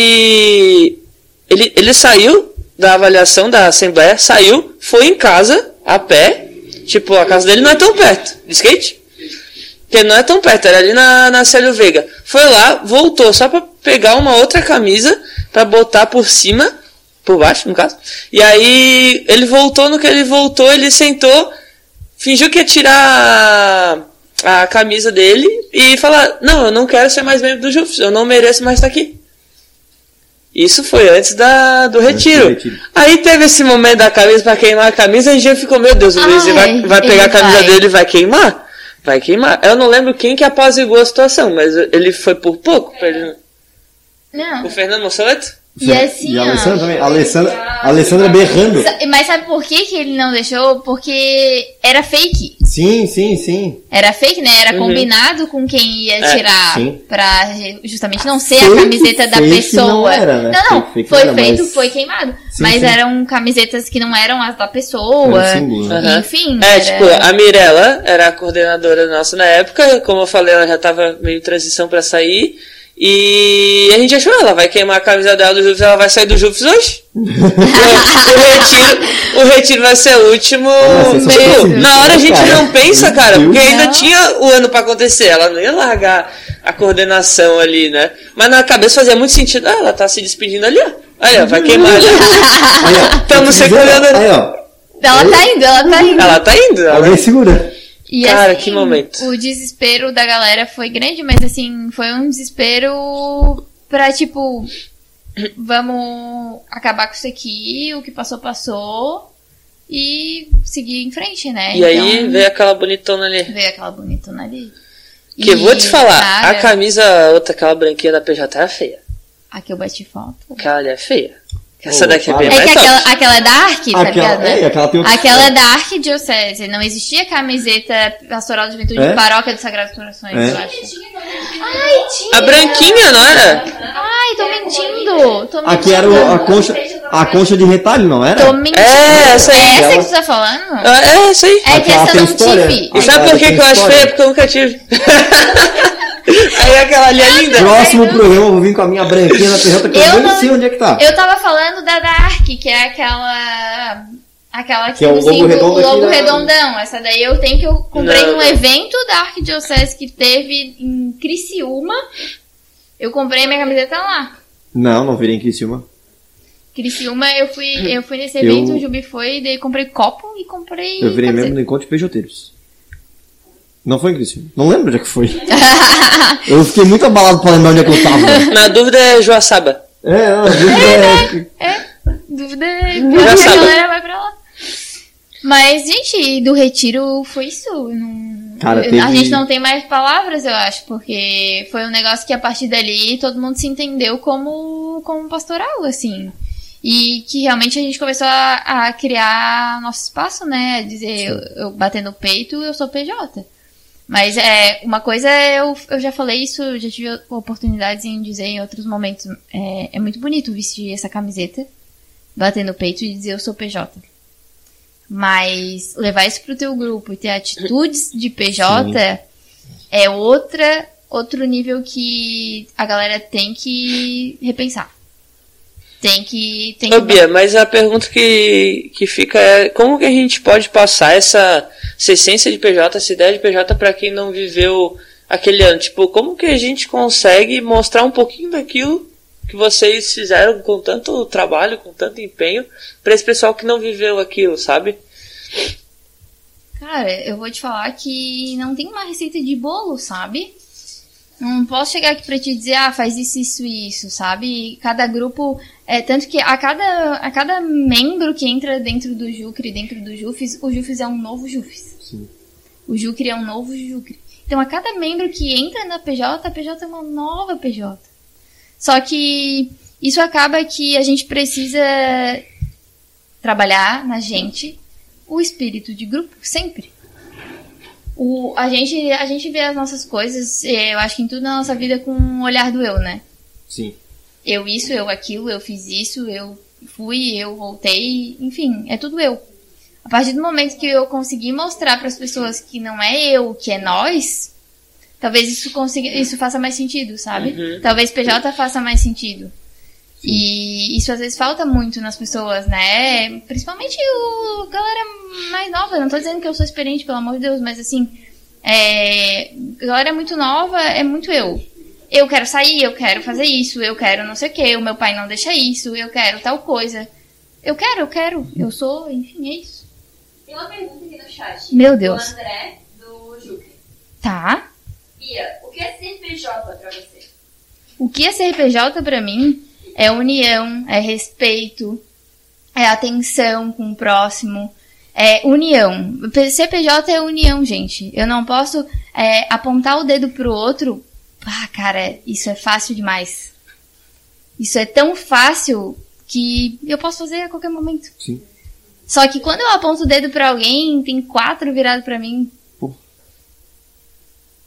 ele, ele. Ele saiu da avaliação da Assembleia, saiu, foi em casa, a pé. Tipo, a casa dele não é tão perto. De skate? Porque não é tão perto, era ali na, na Célio Veiga. Foi lá, voltou só pra pegar uma outra camisa pra botar por cima, por baixo, no caso. E aí ele voltou, no que ele voltou, ele sentou, fingiu que ia tirar a, a camisa dele e falar: Não, eu não quero ser mais membro do Jufes, eu não mereço mais estar aqui. Isso foi antes da, do Antes do retiro. retiro. Aí teve esse momento da camisa pra queimar a camisa e a gente ficou: Meu Deus, o Luiz Ai, vai, vai Ah, ele pegar a camisa vai. dele ele vai queimar. Vai queimar. Eu não lembro quem que apaziguou a situação, mas ele foi por pouco. pra ele- Não. O Fernando Monsanto? E assim, E a ó. assim, Alessandra também. A Alessandra, a Alessandra berrando. Sa- Mas sabe por que, que ele não deixou? Porque era fake. Sim, sim, sim. Era fake, né? Era Uhum. combinado com quem ia É, tirar sim. pra ju- justamente não ser Fake, a camiseta da fake pessoa. não era, né? Não, não, Fake, fake foi não era, feito, mas- foi queimado. Sim, mas sim. eram camisetas que não eram as da pessoa. Era símbolo, né? Aham. Enfim. É, era- tipo, a Mirella era a coordenadora nossa na época. Como eu falei, ela já tava meio em transição pra sair. E a gente achou, ela vai queimar a camisa dela do Juves, ela vai sair do Juves hoje. o, o retiro, o retiro vai ser o último. Nossa, essa meio. foi Na hora a gente cara. não pensa, cara, Meu porque Deus. ainda Não. tinha o ano pra acontecer. Ela não ia largar a coordenação ali, né? Mas na cabeça fazia muito sentido. Ah, ela tá se despedindo ali, ó. Olha, vai queimar ali. Aí, ó. *laughs* Tamo Dizendo- segurando ali. Aí, ó. Ela tá indo, ela *laughs* tá indo. Ela tá indo. ela Alguém segura. E Cara, assim, que momento. O desespero da galera foi grande, mas assim, foi um desespero pra tipo. Vamos acabar com isso aqui, o que passou, passou. E seguir em frente, né? E aí veio aquela bonitona ali. veio aquela bonitona ali. Que eu vou te falar, cara, a camisa, outra, aquela branquinha da PJ é feia. A que eu bati foto. Aquela ali é feia. Essa Ô, daqui é para. bem É É mais que top. aquela, aquela é da Arc, tá ligado? Aquela, né? é, aquela tem outra Aquela é da Arquidiocese, não existia camiseta pastoral de juventude É? paróquia dos Sagrados Corações, É. eu acho. Ai, tinha! A branquinha, não era? Ai, tô mentindo! Tô mentindo. Aqui era o- a concha, a concha de retalho, não era? Tô mentindo. É, essa aí. É essa Aquela- que tu tá falando? Ah, É, isso aí. É que Aquela essa tem eu não história. tive. E sabe Agora por que, Ah, tá, tem que eu acho história. feia? Porque eu nunca tive. *laughs* aí aquela ali é linda. Próximo programa eu vou vir com a minha branquinha na PJ que eu, Eu nem não- sei onde é que tá. Eu tava falando da Dark, que é aquela. Aquela que, Que é o tem logo símbolo- redondo aqui logo na- redondão. Essa daí eu tenho que eu comprei Não, num não. evento da Arquidiocese que teve em Criciúma. Eu comprei minha camiseta lá. Não, não virei em Criciúma. Criciúma, eu fui, eu fui nesse evento, Eu- o Jubi foi, daí comprei copo e comprei. Eu virei camiseta. mesmo no encontro de pejoteiros. Não foi em Criciúma. Não lembro onde é que foi. eu *laughs* fiquei muito abalado pra lembrar onde é que eu tava. Na dúvida é Joaçaba. É, não, às vezes é... Dúvida é que Já a sabe. galera vai pra lá. Mas, gente, do retiro foi isso. eu não- Cara, eu- A teve- gente não tem mais palavras, eu acho, porque foi um negócio que a partir dali todo mundo se entendeu como, como um pastoral, assim. E que realmente a gente começou a, a criar nosso espaço, né? A dizer, eu, eu batendo o peito, eu sou PJ. Mas é uma coisa, eu, eu já falei isso, eu já tive oportunidades em dizer em outros momentos. É, é muito bonito vestir essa camiseta, bater no peito e dizer eu sou PJ. Mas levar isso pro teu grupo e ter atitudes de PJ é outra outro nível que a galera tem que repensar. Tem que tem Ô, que Bia, mas a pergunta que, que fica é como que a gente pode passar essa, essa essência de PJ, essa ideia de PJ pra quem não viveu aquele ano? Tipo, como que a gente consegue mostrar um pouquinho daquilo que vocês fizeram com tanto trabalho, com tanto empenho, pra esse pessoal que não viveu aquilo, sabe? Cara, eu vou te falar que não tem uma receita de bolo, sabe? Não posso chegar aqui pra te dizer, ah, faz isso, isso e isso, sabe? E Cada grupo. É, tanto que a cada, a cada membro que entra dentro do Jucre, dentro do Jufis, o Jufis é um novo Jufis. Sim. O Jucre é um novo Jucre. Então, a cada membro que entra na PJ, a PJ é uma nova PJ. Só que isso acaba que a gente precisa trabalhar na gente o espírito de grupo sempre. O, a, gente, a gente vê as nossas coisas, eh, eu acho que em tudo na nossa vida, com o olhar do eu, né? Sim. Eu isso, eu aquilo, eu fiz isso, eu fui, eu voltei, enfim, é tudo eu. A partir do momento que eu conseguir mostrar para as pessoas que não é eu, que é nós, talvez isso consiga, isso faça mais sentido, sabe? Uhum. Talvez PJ faça mais sentido. E isso às vezes falta muito nas pessoas, né? Principalmente o galera mais nova. Não tô dizendo que eu sou experiente, pelo amor de Deus, mas assim, é, galera muito nova é muito eu. Eu quero sair, eu quero fazer isso, eu quero não sei o que, o meu pai não deixa isso, eu quero tal coisa. Eu quero, eu quero, eu sou, enfim, é isso. Tem uma É. pergunta aqui no chat. Meu Deus. Do André, do Jucre. Tá? Bia, o que é ser PJ pra você? O que é ser PJ pra mim é união, é respeito, é atenção com o próximo, é união. Ser PJ é união, gente. Eu não posso é, apontar o dedo pro outro. Ah, cara, isso é fácil demais. Isso é tão fácil que eu posso fazer a qualquer momento. Sim. Só que quando eu aponto o dedo pra alguém, tem quatro virado pra mim,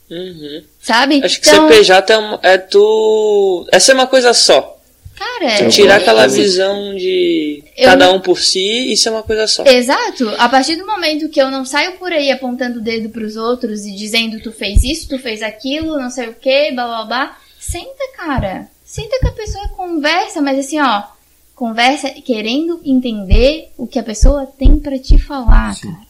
Uhum. sabe? Então, Acho que ser PJ é, um- é tu. É ser uma coisa só. cara, É É Eu tirar gosto aquela muito. visão de Eu cada não- um por si e ser uma coisa só. Exato. A partir do momento que eu não saio por aí apontando o dedo pros outros e dizendo tu fez isso, tu fez aquilo, não sei o que, blá blá blá. Senta, cara. Senta com a pessoa, conversa, mas assim, ó. Conversa querendo entender o que a pessoa tem pra te falar, Sim. cara.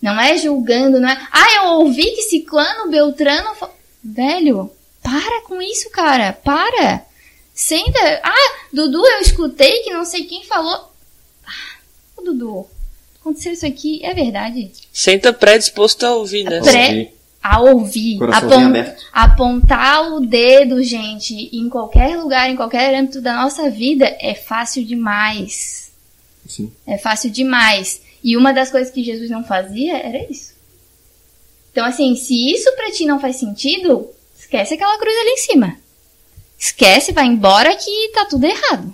Não é julgando, não é. Ah, eu ouvi que Ciclano Beltrano. fa-" Velho, para com isso, cara. Para. Senta. Ah, Dudu, eu escutei que não sei quem falou. Ô, Dudu, aconteceu isso aqui, é verdade. Senta predisposto a ouvir, né? Pré- A ouvir, Coraçãozinho apon- aberto. apontar o dedo, gente, em qualquer lugar, em qualquer âmbito da nossa vida, é fácil demais. Sim. É fácil demais. E uma das coisas que Jesus não fazia era isso. Então, assim, se isso pra ti não faz sentido, esquece aquela cruz ali em cima. Esquece, vai embora que tá tudo errado.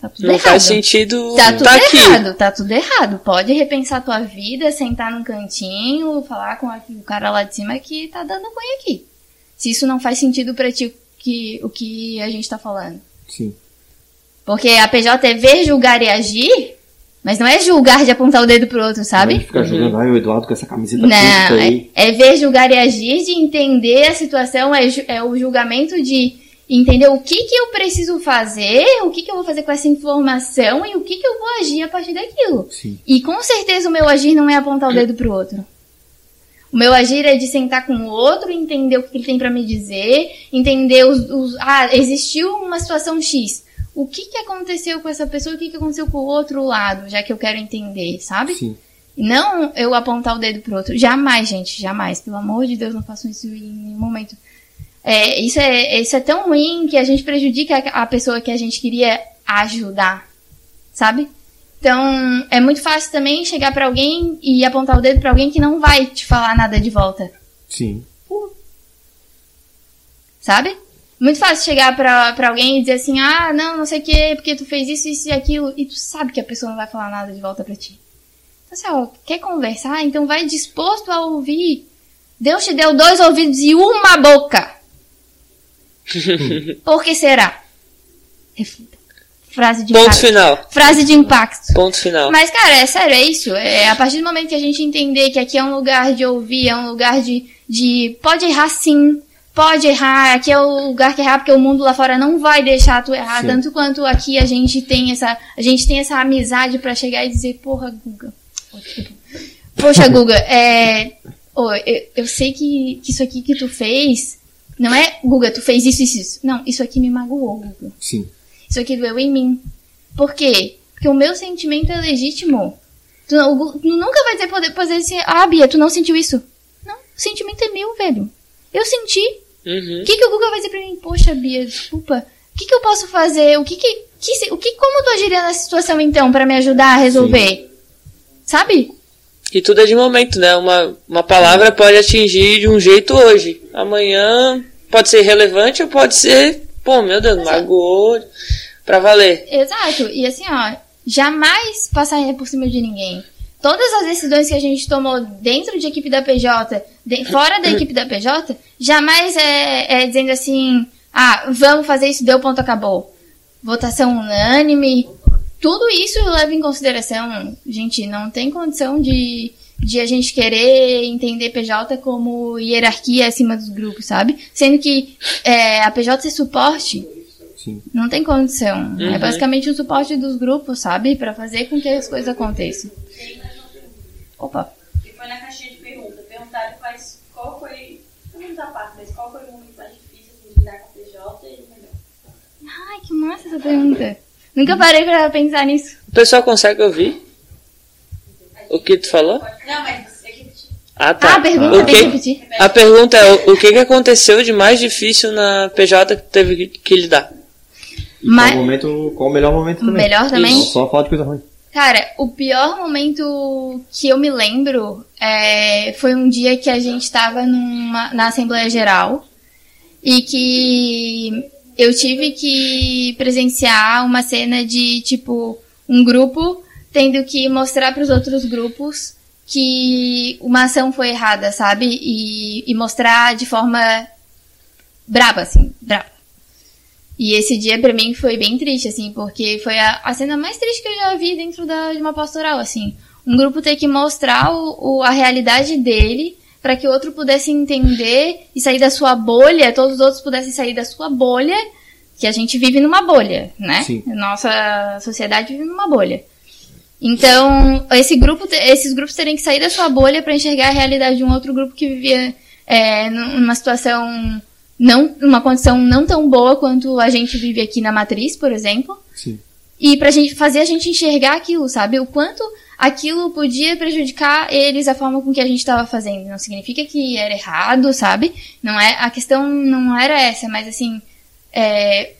Tá tudo Não errado. faz sentido Tá tá, tudo aqui. errado, tá tudo errado. Pode repensar tua vida, sentar num cantinho, falar com aqui- o cara lá de cima que tá dando ruim aqui. Se isso não faz sentido pra ti que, o que a gente tá falando. Sim. Porque a PJ é ver, julgar e agir, mas não é julgar de apontar o dedo pro outro, Não sabe? Uhum. de ficar jogando, ai, o Eduardo com essa camiseta Não, curta é, tá aí. é ver, julgar e agir, de entender a situação, é, ju- é o julgamento de entender o que, que eu preciso fazer, o que, que eu vou fazer com essa informação e o que, que eu vou agir a partir daquilo. Sim. E com certeza o meu agir não é apontar o dedo pro outro. O meu agir é de sentar com o outro, entender o que ele tem pra me dizer, entender os, os- Ah, existiu uma situação X. O que, que aconteceu com essa pessoa? O que, que aconteceu com o outro lado? Já que eu quero entender, sabe? Sim. Não eu apontar o dedo pro outro. Jamais, gente, jamais. Pelo amor de Deus, não façam isso em nenhum momento. É, isso, é, isso é tão ruim que a gente prejudica a a pessoa que a gente queria ajudar, sabe? Então, é muito fácil também chegar pra alguém e apontar o dedo pra alguém que não vai te falar nada de volta, Sim. sabe? Muito fácil chegar pra, pra alguém e dizer assim, ah, não, não sei o que, porque tu fez isso, isso e aquilo, e tu sabe que a pessoa não vai falar nada de volta pra ti. Então, assim, ó, quer conversar? Então vai disposto a ouvir. Deus te deu dois ouvidos e uma boca. *laughs* Por que será? Reflita. Frase de Ponto impacto. final. Frase de impacto. Ponto final. Mas, cara, é sério, é isso. É, a partir do momento que a gente entender que aqui é um lugar de ouvir, é um lugar de. de pode errar sim, pode errar, aqui é o lugar que errar, porque o mundo lá fora não vai deixar tu errar, Sim. tanto quanto aqui a gente tem essa. A gente tem essa amizade pra chegar e dizer, porra, Guga. Ô, desculpa. Poxa, Guga, é. ô, eu, eu sei que, que isso aqui que tu fez. Não é, Guga, tu fez isso, isso, isso. Não, isso aqui me magoou, Guga. Sim. Isso aqui doeu em mim. Por quê? Porque o meu sentimento é legítimo. Tu, não- o Gu- tu nunca vai dizer poder fazer assim, ah, Bia, tu não sentiu isso. Não, o sentimento é meu, velho. Eu senti. Uhum. O que, que o Google vai dizer pra mim? Poxa, Bia, desculpa. O que, que eu posso fazer? O que que, que se- o que como eu tô agiria nessa situação então pra me ajudar a resolver? Sabe? E tudo é de momento, né? Uma, uma palavra pode atingir de um jeito hoje. Amanhã pode ser relevante ou pode ser, pô, meu Deus, Pois é. magoou pra valer. Exato. E assim, ó, jamais passar por cima de ninguém. Todas as decisões que a gente tomou dentro de equipe da PJ, de- fora da equipe da PJ, jamais é, é dizendo assim, ah, vamos fazer isso, deu ponto, acabou. Votação unânime. Tudo isso leva em consideração, gente, não tem condição de, de a gente querer entender PJ como hierarquia acima dos grupos, sabe? Sendo que é, a PJ é suporte, não tem condição. É basicamente o suporte dos grupos, sabe? Pra fazer com que as coisas aconteçam. Tem mais um assunto, Opa. que foi na caixinha de perguntas. Perguntaram quais, qual foi, não vamos à parte, mas qual foi o momento mais difícil assim, de lidar com o PJ e o melhor. Ai, que massa essa pergunta. Nunca parei pra pensar nisso. O pessoal consegue ouvir? O que tu falou? Não, mas você que Ah, tá. Ah, a pergunta o tem que que, repetir. a pergunta é o, o que, que aconteceu de mais difícil na PJ que tu teve que- que lidar? E Mas- qual, o momento, qual o melhor momento O também. melhor também? Não só falar de coisa ruim. Cara, o pior momento que eu me lembro é, foi um dia que a gente tava numa, na Assembleia Geral e que eu tive que presenciar uma cena de, tipo, um grupo tendo que mostrar pros outros grupos que uma ação foi errada, sabe? E, e mostrar de forma braba, assim, braba. E esse dia pra mim foi bem triste, assim, porque foi a, a cena mais triste que eu já vi dentro da, de uma pastoral, assim. Um grupo ter que mostrar o, o- a realidade dele pra que o outro pudesse entender e sair da sua bolha, todos os outros pudessem sair da sua bolha, que a gente vive numa bolha, né? Sim. Nossa sociedade vive numa bolha. Então, esse grupo, te- esses grupos terem que sair da sua bolha pra enxergar a realidade de um outro grupo que vivia é, numa situação não uma condição não tão boa quanto a gente vive aqui na matriz, por exemplo. Sim. E pra gente fazer a gente enxergar aquilo, sabe? O quanto aquilo podia prejudicar eles a forma com que a gente estava fazendo. Não significa que era errado, sabe? Não é a questão não era essa, mas assim, é,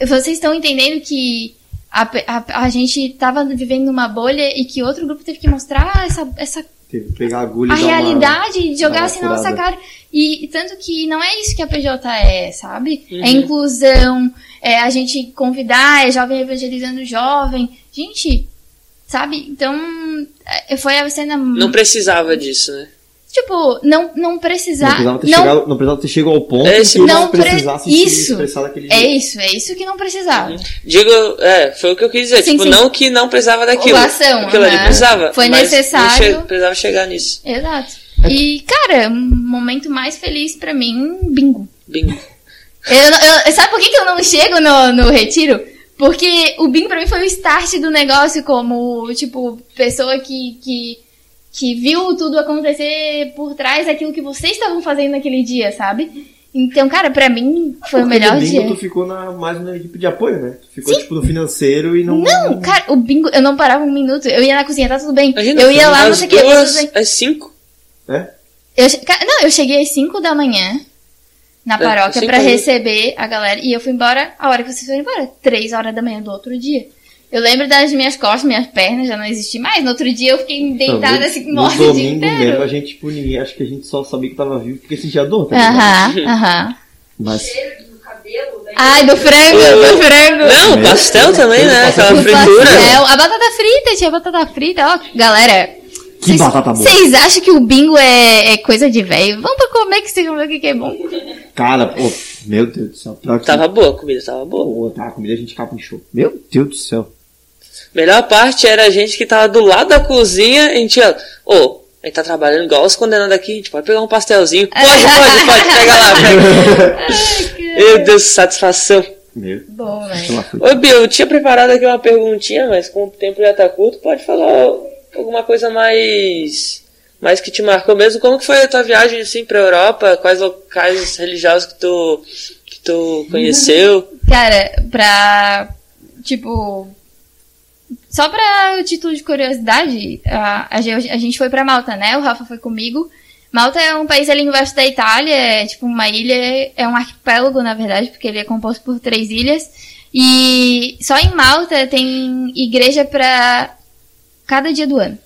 vocês estão entendendo que a, pe- a, a gente tava vivendo numa bolha e que outro grupo teve que mostrar "Ah, essa, essa Teve que pegar a agulha e a dar uma- realidade de dar jogar uma assim na nossa furada. cara. E, e tanto que não é isso que a PJ é, sabe? É inclusão, é a gente convidar, é jovem evangelizando jovem. Gente, sabe? Então, é, foi a cena. Não precisava disso, né? Tipo, não, não Não precisar. precisava ter, chegado, não precisava ter chegado ao ponto É esse que não não precisasse pre- se isso. expressar daquele é jeito. isso, é isso que não precisava. Digo, é, foi o que eu quis dizer. Sim, tipo, sim. não que não precisava daquilo. Oração, aquilo ali aham. precisava. Foi mas não necessário. che- precisava chegar nisso. Exato. É. E, cara, um momento mais feliz pra mim, bingo. Bingo. Eu, não- eu- sabe por que, que eu não chego no, no retiro? Porque o Bing pra mim foi o start do negócio como, tipo, pessoa que, que, que viu tudo acontecer por trás daquilo que vocês estavam fazendo naquele dia, sabe? Então, cara, pra mim foi o Porque melhor domingo dia. tu ficou na, mais na equipe de apoio, né? Tu ficou tipo no financeiro e não. é? Não, cara, o bingo, eu não parava um minuto. Eu ia na cozinha, tá tudo bem. Imagina, eu ia um lá, não às sei o que, tá tudo bem. duas, às cinco. É? Eu, che- ca- não, eu cheguei às 5 da manhã É, na paróquia cinco pra da manhã. receber a galera. E eu fui embora a hora que vocês foram embora. 3 horas da manhã do outro dia. Eu lembro das minhas costas, minhas pernas já não existiam mais. No outro dia eu fiquei deitada no, assim, no morta o dia domingo mesmo inteiro. a gente, tipo, ninguém, acho que a gente só sabia que tava vivo porque sentia dor, tá ligado? Aham, aham. Mas cheiro do cabelo, né? Ai, do frango, do frango. Não, É. pastel também, né? Aquela O fritura. pastel, a batata frita, tinha batata frita, ó, galera. Que batata boa. Vocês acham que o bingo é, é coisa de velho? Vamos pra comer que vocês vão ver o que, que é bom. Cara, pô, meu Deus do céu. Pior que Tava boa a comida, tava boa. Pô, tá, a comida a gente caprichou. Meu Deus do céu. Melhor parte era a gente que tava do lado da cozinha, a gente ia, ô, a gente tá trabalhando igual os condenados aqui, a gente pode pegar um *laughs* pastelzinho. Pode, pode, pode, pega lá, pega. Meu Deus, satisfação. Meu Deus. Bom, né? sei lá, foi- Ô, Bill, eu tinha preparado aqui uma perguntinha, mas como o tempo já tá curto, pode falar alguma coisa mais. mais que te marcou mesmo. Como que foi a tua viagem, assim, pra Europa? Quais locais religiosos que tu, que tu conheceu? Cara, pra. Tipo. Só pra o título de curiosidade, a, a Geo- a gente foi pra Malta, né? O Rafa foi comigo. Malta é um país ali embaixo da Itália, é tipo uma ilha, é um arquipélago, na verdade, porque ele é composto por três ilhas. E só em Malta tem igreja pra cada dia do ano.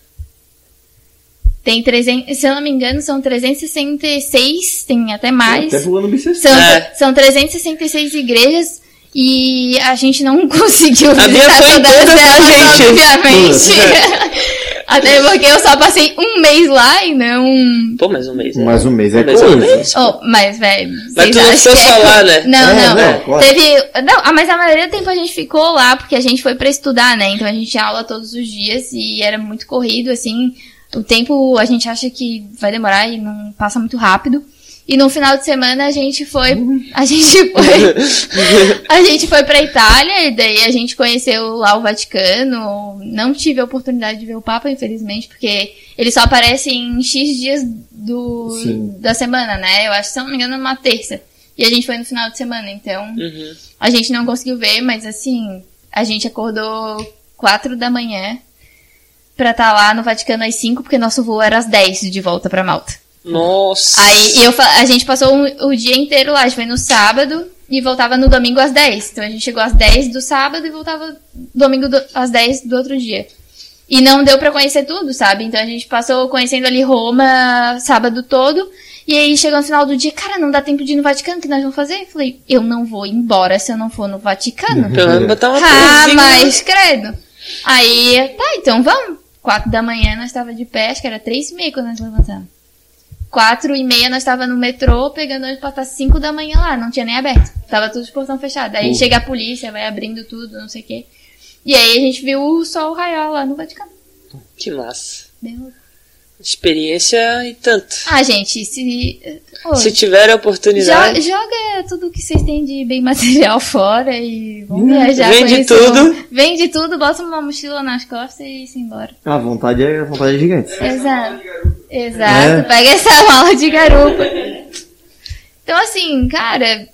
Tem 300, se eu não me engano, são 366, tem até mais. Até pulando bissexual. São, É. são 366 igrejas e a gente não *laughs* conseguiu A minha visitar foi todas toda pra elas, gente. obviamente. é. *laughs* Até porque eu só passei um mês lá e não. Pô, mais um mês. né? Mais um mês é Mais coisa. um mês? Oh, mas, velho. Mas vocês tu não acham precisou que é- falar, né? Não, É, não. né? Claro. Teve. Não, ah, mas a maioria do tempo a gente ficou lá, porque a gente foi pra estudar, né? Então a gente tinha aula todos os dias e era muito corrido, assim. O tempo a gente acha que vai demorar e não passa muito rápido. E no final de semana a gente foi. A gente foi. *laughs* A gente foi pra Itália e daí a gente conheceu lá o Vaticano. Não tive a oportunidade de ver o Papa, infelizmente, porque ele só aparece em X dias do, Sim. da semana, né? Eu acho, se eu não me engano, numa terça. E a gente foi no final de semana, então Uhum. a gente não conseguiu ver, mas assim, a gente acordou quatro da manhã pra estar lá no Vaticano às 5, porque nosso voo era às 10 de volta pra Malta. Nossa. Aí eu, fa- a gente passou um- o dia inteiro lá, a gente foi no sábado e voltava no domingo às 10. Então a gente chegou às 10 do sábado e voltava domingo do- às 10 do outro dia. E não deu pra conhecer tudo, sabe? Então a gente passou conhecendo ali Roma sábado todo. E aí chegou no final do dia, cara, não dá tempo de ir no Vaticano, o que nós vamos fazer? Eu falei, eu não vou embora se eu não for no Vaticano. Pelo menos botar uma Ah, coisinha. mas credo. Aí, tá, então vamos. Quatro da manhã nós tava de pé, acho que era três e meia quando nós levantamos. Quatro e meia nós tava no metrô, pegando ônibus pra estar cinco da manhã lá, não tinha nem aberto. Tava tudo de portão fechado. Aí Puta. chega a polícia, vai abrindo tudo, não sei o quê. E aí a gente viu o sol raiar lá no Vaticano. Que massa. Bem louco. Experiência e tanto. Ah, gente, se... Ô, Se tiver a jo- oportunidade, joga tudo que vocês têm de bem material *laughs* fora e vão viajar Hum, com vende isso. tudo. Vende tudo, bota uma mochila nas costas e se embora. A vontade é a vontade é gigante. Ah, Exato. É. Exato. Pega essa mala de garupa. Então, assim, cara,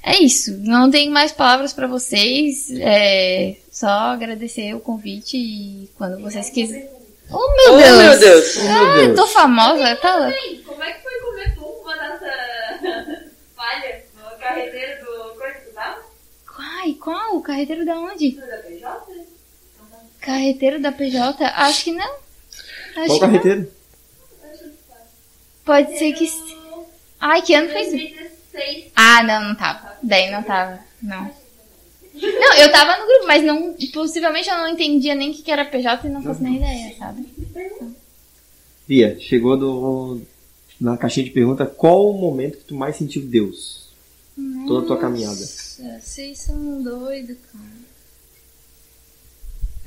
é isso. Não tenho mais palavras pra vocês. É só agradecer o convite e quando vocês quiserem. Oh, meu Oh, Deus! meu Deus. Oh, meu Ah, Deus. tô famosa, tá lá. Sim, como é que foi comer pomba *laughs* nessa falha no carreteiro do coisa que tu tava? Ai, qual? Carreteiro da onde? Do da PJ? Carreteiro da PJ? Acho que não. Acho Qual que não. carreteiro? Pode ser que. Ai, que ano foi isso? 2016. Ah, não, não tava. Daí não tava, não. Não, eu tava no grupo, mas não, possivelmente eu não entendia nem o que que era PJ e não fosse nem ideia, sabe? Bia, chegou do, na caixinha de pergunta qual o momento que tu mais sentiu Deus? Toda a tua caminhada. Vocês são doidos, cara.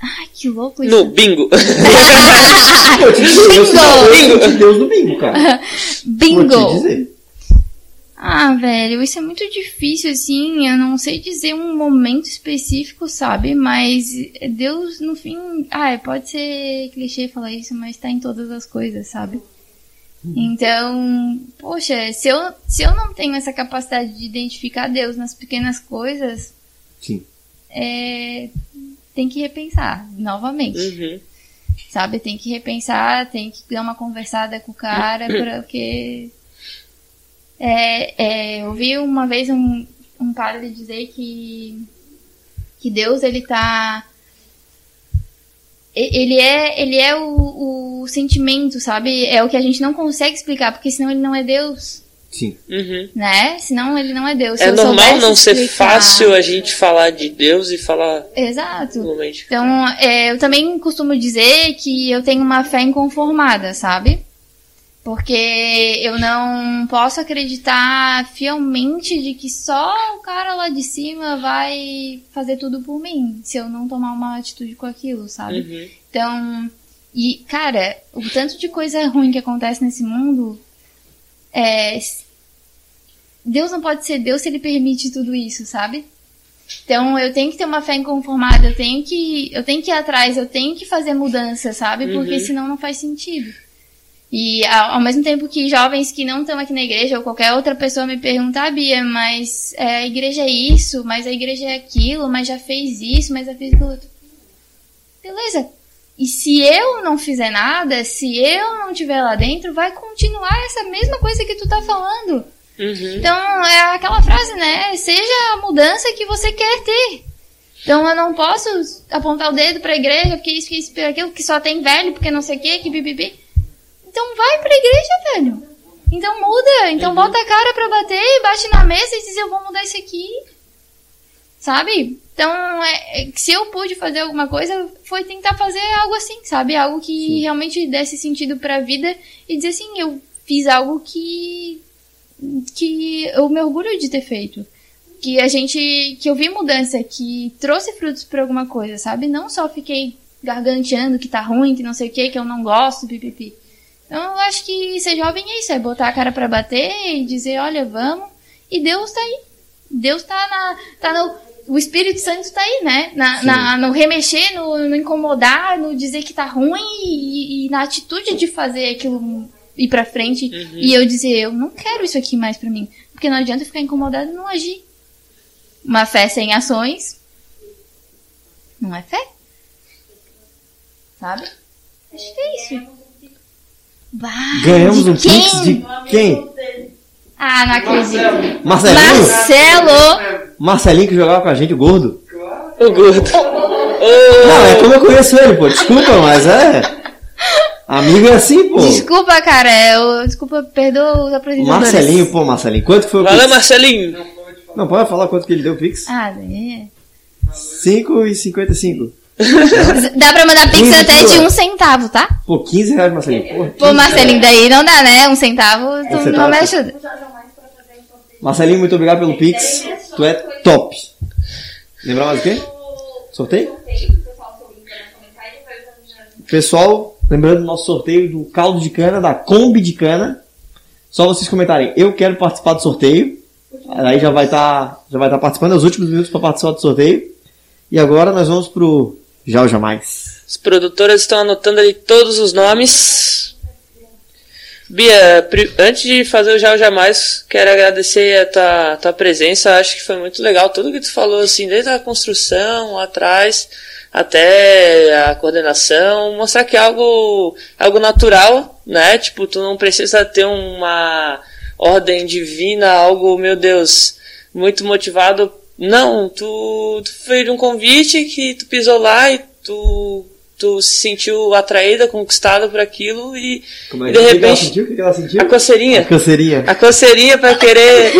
Ai, que louco isso. No bingo. *laughs* Ah, Eu te digo, eu senti- eu senti Deus no bingo, cara. Vou te Bingo! dizer. Ah, velho, isso é muito difícil, assim. Eu não sei dizer um momento específico, sabe? Mas Deus, no fim. Ah, pode ser clichê falar isso, mas tá em todas as coisas, sabe? Então, poxa, se eu, se eu não tenho essa capacidade de identificar Deus nas pequenas coisas, Sim. é, tem que repensar novamente Uhum. sabe? Tem que repensar, tem que dar uma conversada com o cara, porque. É, é, eu vi uma vez um, um padre dizer que. que Deus, ele tá. e- Ele é, ele é o, o sentimento, sabe? É o que a gente não consegue explicar, porque senão ele não é Deus, Sim. Uhum. né? Senão ele não é Deus. Se É eu normal soubesse não ser explicar- fácil a gente falar de Deus e falar Exato. realmente. Então, é, eu também costumo dizer que eu tenho uma fé inconformada, sabe? Porque eu não posso acreditar fielmente de que só o cara lá de cima vai fazer tudo por mim, se eu não tomar uma atitude com aquilo, sabe? Uhum. Então, e cara, o tanto de coisa ruim que acontece nesse mundo é s- Deus não pode ser Deus se ele permite tudo isso, sabe? Então, eu tenho que ter uma fé inconformada, eu tenho que, eu tenho que ir atrás, eu tenho que fazer mudança, sabe? Porque Uhum. senão não faz sentido. E ao, ao mesmo tempo que jovens que não estão aqui na igreja ou qualquer outra pessoa me perguntar, ah, Bia, mas é, a igreja é isso, mas a igreja é aquilo, mas já fez isso, mas já fez aquilo. outro." beleza. E se eu não fizer nada, se eu não estiver lá dentro, vai continuar essa mesma coisa que tu tá falando. Uhum. Então, é aquela frase, né? Seja a mudança que você quer ter. Então, eu não posso apontar o dedo pra igreja, porque isso, porque isso, porque aquilo, que só tem velho, porque não sei o que, que bibibi. Então, vai pra igreja, velho. Então, muda. Então, bota a cara pra bater, bate na mesa e diz, eu vou mudar isso aqui. Sabe? Então, é- é que se eu pude fazer alguma coisa, foi tentar fazer algo assim, sabe? Algo que realmente desse sentido pra vida e dizer assim, eu fiz algo que que eu me orgulho de ter feito. Que a gente. que eu vi mudança, que trouxe frutos pra alguma coisa, sabe? Não só fiquei garganteando que tá ruim, que não sei o que, que eu não gosto, pipipi. Então eu acho que ser jovem é isso, é botar a cara pra bater e dizer, olha, vamos. E Deus tá aí. Deus tá na. tá no. O Espírito Santo tá aí, né? Na, Sim. na- no remexer, no, no incomodar, no dizer que tá ruim e, e na atitude de fazer aquilo ir pra frente e eu dizer, eu não quero isso aqui mais pra mim. Porque não adianta eu ficar incomodado e não agir. Uma fé sem ações não é fé. Sabe? Acho que é isso. Bah, Ganhamos Ah, de um quem? pix de quem? Ah, não acredito. Marcelinho? Marcelo! Marcelinho que jogava com a gente, o gordo. O gordo. Não, é Ô, como eu conheço ele, pô. Desculpa, mas é. Amigo é assim, pô. Desculpa, cara. Eu, desculpa, perdoa os apresentadores. Marcelinho, pô, Marcelinho. Quanto que foi o Vai lá, Pix? Marcelinho. Não, pode falar quanto que ele deu o Pix? Ah, é. 5,55. Dá pra mandar pix Quinze até de pila. um centavo, tá? Pô, 15 reais, Marcelinho. Porra, Pô, Marcelinho, daí não dá, né? Um centavo, tu centavo, não me tá. ajuda. um Marcelinho, muito obrigado pelo Pix. Tu é top. Lembrar mais o quê? Sorteio? né, Pessoal, lembrando do nosso sorteio do caldo de cana, da Kombi de cana. Só vocês comentarem, eu quero participar do sorteio. Aí já vai estar já vai estar participando, é os últimos minutos para participar do sorteio. E agora nós vamos pro Já ou Jamais. As produtoras estão anotando ali todos os nomes. Bia, pri- antes de fazer o Já ou Jamais, quero agradecer a tua, tua presença. Acho que foi muito legal tudo que tu falou, assim, desde a construção lá atrás até a coordenação. Mostrar que é algo, algo natural, né? Tipo, tu não precisa ter uma ordem divina, algo, meu Deus, muito motivado. Não, tu, tu fez um convite que tu pisou lá e tu, tu se sentiu atraída, conquistada por aquilo e, e de O é que que ela repente sentiu? O que que ela sentiu? É a coceirinha. Canseirinha. A coceirinha pra querer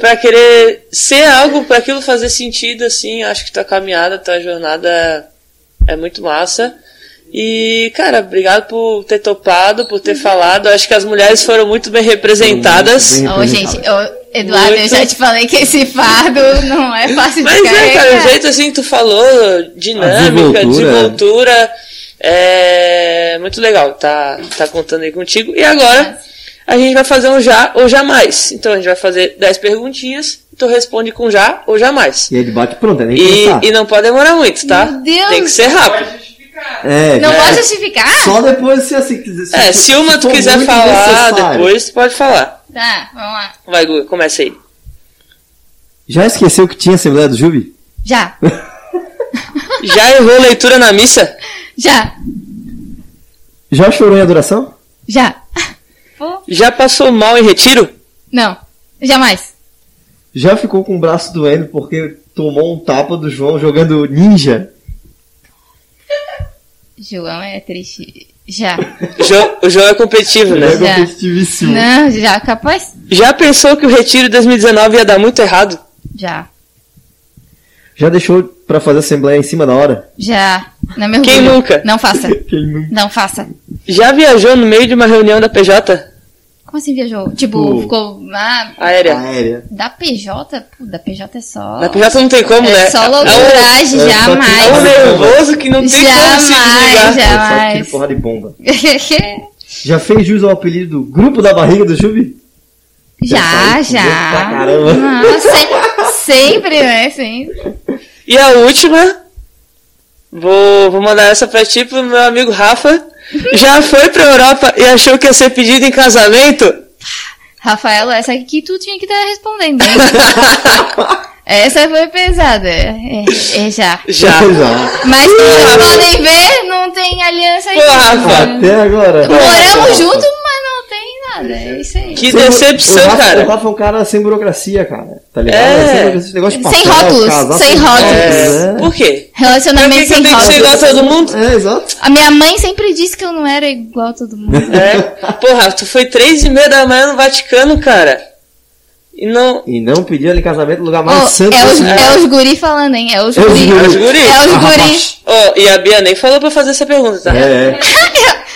para querer ser algo, pra aquilo fazer sentido assim, acho que tua caminhada, tua jornada é muito massa. E, cara, obrigado por ter topado, por ter falado. Acho que as mulheres fouro muito bem representadas. Muito Ô, gente, ô, Eduardo, eu já te falei que esse fardo não é fácil de Mas é, carregar. cara, o jeito assim que tu falou, dinâmica, A desenvoltura. desenvoltura, é muito legal, tá, tá contando aí contigo. E agora a gente vai fazer um já ou jamais. Então a gente vai fazer 10 perguntinhas, tu responde com já ou jamais. E aí ele bate pronto, é nem E, pensar. e não pode demorar muito, tá? Meu Deus. Tem que ser rápido. Pode justificar. É, Não é. pode justificar? Só depois se assim quiser. É, se uma tu for quiser muito falar necessário. depois, tu pode falar. Tá, vamos lá. Vai, Gu, começa aí. Já esqueceu que tinha Assembleia do Júbi? Já, Já errou leitura na missa? já, Já chorou em adoração? já. Já passou mal em retiro? Não, jamais. Já ficou com o braço doendo porque tomou um tapa do João jogando ninja? João é triste. Já. Jo- o jogo é competitivo, né? Ele Já. é competitivíssimo. Não, já, capaz? Já pensou que o retiro de 2019 ia dar muito errado? Já, Já deixou pra fazer Assembleia em cima da *laughs* hora? já. Não me orgulho. Quem nunca? *laughs* Não faça, Quem nunca? não faça. Já viajou no meio de uma reunião da PJ? Como assim viajou? Tipo, Pô. ficou... Ah, Aérea. Aérea. da PJ? Pô, da PJ é só... Na PJ não tem como, é né? só É loucuragem, é só um, é um jamais. nervoso que não tem como se desligar. Jamais, Só tiro jamais. porrada de bomba. Já fez jus ao apelido do Grupo da Barriga do Júbi? *laughs* Já, Já saiu com já. dor pra caramba. Não, se- sempre, né? Sempre. E a última, vou, vou mandar essa pra ti pro meu amigo Rafa. Já foi pra Europa e achou que ia ser pedido em casamento? Rafaela, essa aqui tu tinha que estar respondendo. hein? tá Essa foi pesada. É, é, é já. *laughs* Já. Exato. Mas como vocês podem ver, não tem aliança aí. Pô, Rafa, Até agora. Hum. Moramos juntos, mas não tem nada. É isso aí. que Sem bu- o decepção, Rafa- O cara. Rafa é um cara sem burocracia, cara. Tá ligado? É. Sem burocracia, esse negócio de Sem papel, rótulos, casar sem com- rótulos. É, Por quê? Por que, Relacionamento que eu sem tenho que ser igual a rodas. todo mundo? É, exato. A minha mãe sempre disse que eu não era igual a todo mundo. É. Porra, tu foi três e meia da manhã no Vaticano, cara. E não. E não pedir ali casamento no lugar mais Oh, santo. é, os, possível. é os guri falando, hein? É os É os guri. guri. É os guri. É os guri. Rapaz. Ó, e a Bia nem falou pra fazer essa pergunta, tá? É, é.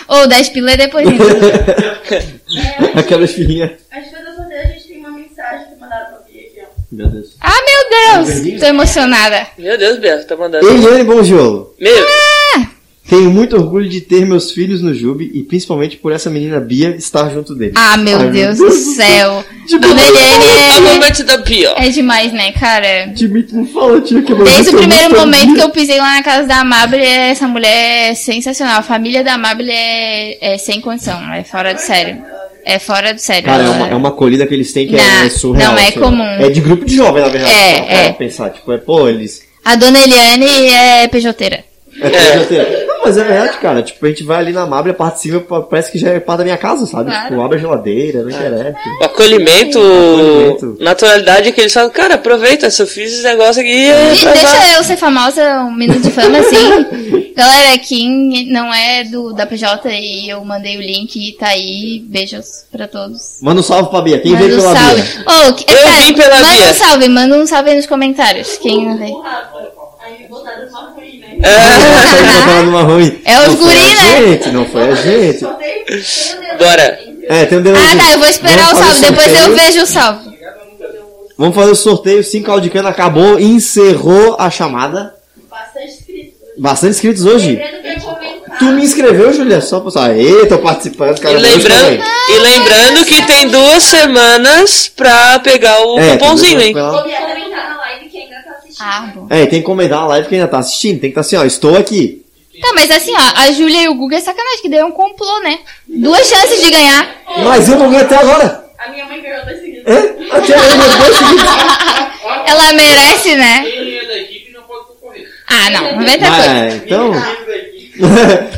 Ou 10 pila é depois. né? *laughs* Aquelas filhinhas. É, Acho que toda sorteio a gente tem uma mensagem que mandaram pra mim aqui, ó. Meu Deus. Ah, meu Deus! Tô emocionada. Meu Deus, Bia, tá mandando. Eliane Bongiolo. Meu, Tenho muito orgulho de ter meus filhos no Jube e principalmente por essa menina Bia estar junto dele. Ah, meu Ai, meu Deus do céu. Tipo, Dona a Eliane momento da Bia. é, é demais, né, cara? Dmitry não fala, tinha que Desde o primeiro momento que eu pisei lá na casa da Amable, essa mulher é sensacional. A família da Amable é, é sem condição, é fora do sério. É fora do sério. Cara, é Ela- uma, é uma acolhida que eles têm que Não, é surreal. não é surreal. comum. É de grupo de jovem, na verdade. É, se parar é. pra pensar, tipo, é, pô, eles... A dona Eliane é pejoteira. *laughs* É, PJT. Não, mas é verdade, cara. Tipo, a gente vai ali na Mabra, parte de cima, pa- parece que já é parte da minha casa, sabe? Claro. Tipo, abre a geladeira, não interessa. O acolhimento, Acolhimento. naturalidade que eles falam, cara, aproveita, se eu fiz esse negócio aqui. é E pra lá." deixa eu ser famosa, um minuto de fama, assim. Galera, quem não é do da PJ e eu mandei o link, tá aí. Beijos pra todos. Manda um salve pra Bia. Quem manda veio um pela salve. Bia? Oh, que- Eu cara, vim pela manda Bia. um salve, manda um salve aí nos comentários. Quem não vê. O Rafa, aí botaram só ruim, né? Nossa, aí botando numa ruim. É os Não foi guri, a né? Gente, não foi a gente. Sorteio? É, Bora. É, tem um Ah, delayzinho. tá, eu vou esperar o Vamos fazer salve, depois sorteio. eu vejo o salve. Vamos fazer o sorteio. Sim, Claudicana acabou, encerrou a chamada. Bastante inscritos. Bastante inscritos hoje. Lembrando que é comentar. Tu me inscreveu, Julia? Só pra saber. Aê, tô participando, cara. E eu gosto lembrando, também. né? e lembrando que tem duas semanas pra pegar o É, cupomzinho, hein? tá bom, vai lá. E até entrar na live que ainda tá assistindo. Ah, bom. É, tem que comentar a live que ainda tá assistindo. Tem que estar assim, ó. Estou aqui. Tá, mas assim, ó, a Júlia e o Guga é sacanagem, que deu um complô, né? Duas chances de ganhar. Mas eu não ganhei até agora. A minha mãe ganhou dois seguidos. É? Até eu não ganhei *laughs* seguidos. Ela merece, né? Quem é da equipe não pode concorrer. Ah, não, não vem outra coisa. Ah, então. *laughs* Quem é da equipe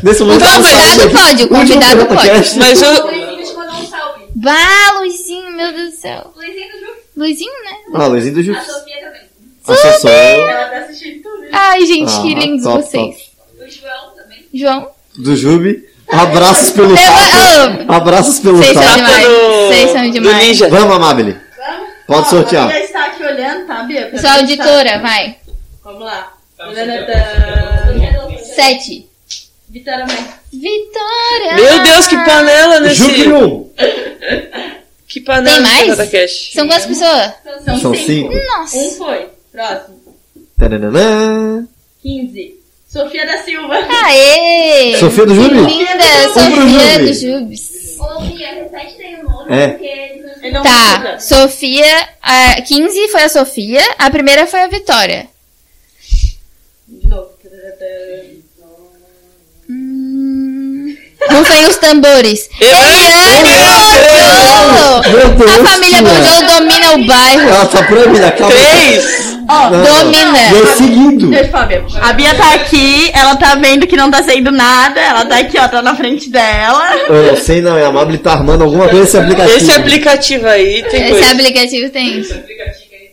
Nesse momento. Então, eu vou convidado sair daqui. pode, o Último convidado programa pode. cast. Mas O eu. Luizinho te mandou um salve. Bah, Luizinho, meu Deus do céu. Luizinho do Ju. Luizinho, né? Ah, Luizinho do A Júpiter. Sofia também. Nossa, só. Ela tá assistindo tudo. Ai, gente, que Ah, lindos top, vocês. né? O João também. João, Do Jube. Abraços pelo Eu- taco. Abraços pelo vocês são taco. demais. do- Vocês são do demais. ninja. Vamos, Amabile. Vamos? Pode Ó, sortear. A Bia está aqui olhando, tá, Bia? Pra Sou pensar. auditora, vai. Vamos lá. Tá, Tananã. Sete. Vitória Mãe. Vitória! Meu Deus, que panela nesse. Júpiter 1. Que panela Tem mais? nesse Cash. São quantas pessoas? São, São cinco. cinco. Nossa. Um foi. Próximo. Tananana. 15. Sofia da Silva. Aê! Sofia do Que Júlio? Linda, pro Sofia Júlio. do Jubes. Ô, Bia, repete daí o nome, É. porque eles não Ele não Tá, muda. Sofia. A 15 foi a Sofia, a primeira foi a Vitória. De novo. Tananã. Hum... Não foi os tambores. Eu- Eliane Bonjolo! Meu Deus. A família cara. Bonjolo domina o bairro. Ela tá proibida, calma. Três! Ó, Não. E Domina. é seguindo. Deixa eu falar, Bia. A Bia tá aqui, ela tá vendo que não tá saindo nada, ela tá aqui, ó, tá na frente dela. Eu não sei não, é a Amabile tá armando alguma coisa nesse aplicativo. Esse aplicativo aí tem Esse coisa. aplicativo tem. isso. aplicativo aí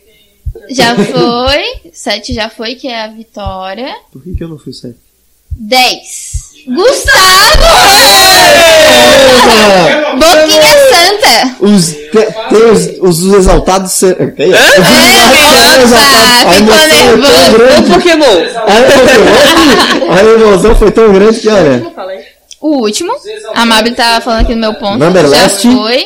*laughs* tem. Já foi. 7 já foi, que é a Vitória. Por que, que eu não fui certo? 10. Gustavo! Boquinha Santa! Os, te- tem os, os, os exaltados. se- Tem? Obrigado. A ficou emoção foi tão nervoso. O grande. Pokémon. A emoção- A emoção foi tão grande que, olha. Como fala aí? O último. A Mabel tá falando aqui no meu ponto. Number Já last. foi.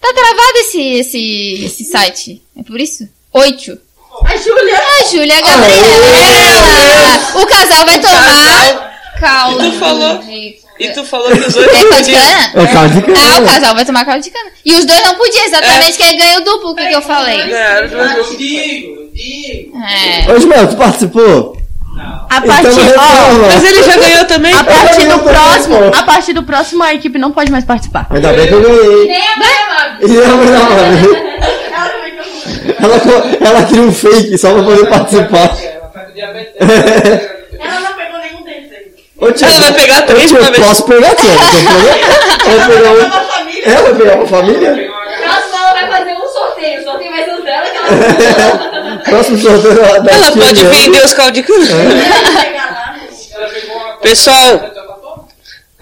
Tá travado esse, esse, esse site. É por isso? Oito. A Júlia! A Júlia Gabriela! O casal vai tomar caldo E tu falou? de... E tu falou que os dois É caldo de podiam- cana? É caso de Ah, o cara. casal vai tomar caldo de cana. E os dois não podiam, exatamente, que é ganho duplo, o que, que eu falei. Ganharam duas Eu digo, eu digo. É. Ô, Ismael, tu participou? A Então partir, ó, reforma. Mas ele já ganhou também. a partir Eu do tô próximo, vendo. a partir do próximo a equipe não pode mais participar. *laughs* Ainda bem que eu ganhei. Nem a Bia, Mabel. E eu não, mano. Ela, co- ela cria um fake só pra poder participar. Ela tá com diabetes. Ela Ela não pegou nenhum deles ainda. Ô, tia, Ela vai pegar três de eu uma vez. posso pegar tia, não tem *laughs* problema. Eu vou pegar Ela um. pegou a família. Ela vai pegar uma família? *laughs* pegou uma garrafa. Próxima ela vai fazer um sorteio. O sorteio vai ser o dela que *laughs* ela Próximo sorteio da, da Ela tia pode Leandro. vender os caldos de cana. Ela pegar lá. Ela pegou uma Pessoal. Ela já matou?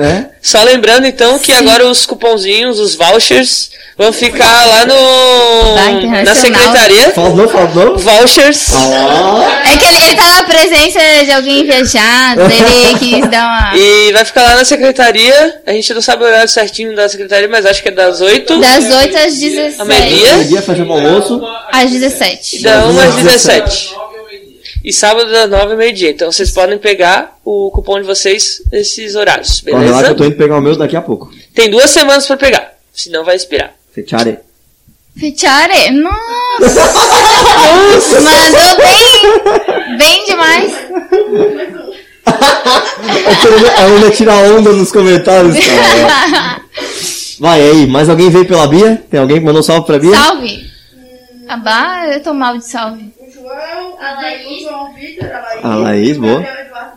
É? Só lembrando então que agora os cupomzinhos, os vouchers, vão ficar lá Tá, no internacional. na secretaria. Falou, falou. Vouchers. Ah, É que ele, ele tá na presença de alguém viajado, ele quis dar uma. E vai ficar lá na secretaria. A gente não sabe o horário certinho da secretaria, mas acho que é das 8 Das 8 às à 17. meio-dia dia faz um almoço. Às e 17. da 1 às Das 17. 9 ao meio-dia. E sábado das 9 ao meio-dia. Então vocês podem pegar o cupom de vocês nesses horários, Corre lá que eu tô beleza? indo pegar o meu daqui a pouco. Tem duas semanas pra pegar, senão vai expirar. Fechare. Fechare? Nossa! Mandou bem! Bem demais! A Ana tira onda nos comentários, cara. *laughs* Vai aí, mais alguém veio pela Bia? Tem alguém que mandou salve pra Bia? salve! Abá, eu tô mal de salve. Hum, O João, A o Laís. João Vitor, a Laís. A Laís, boa. Gabriel Eduardo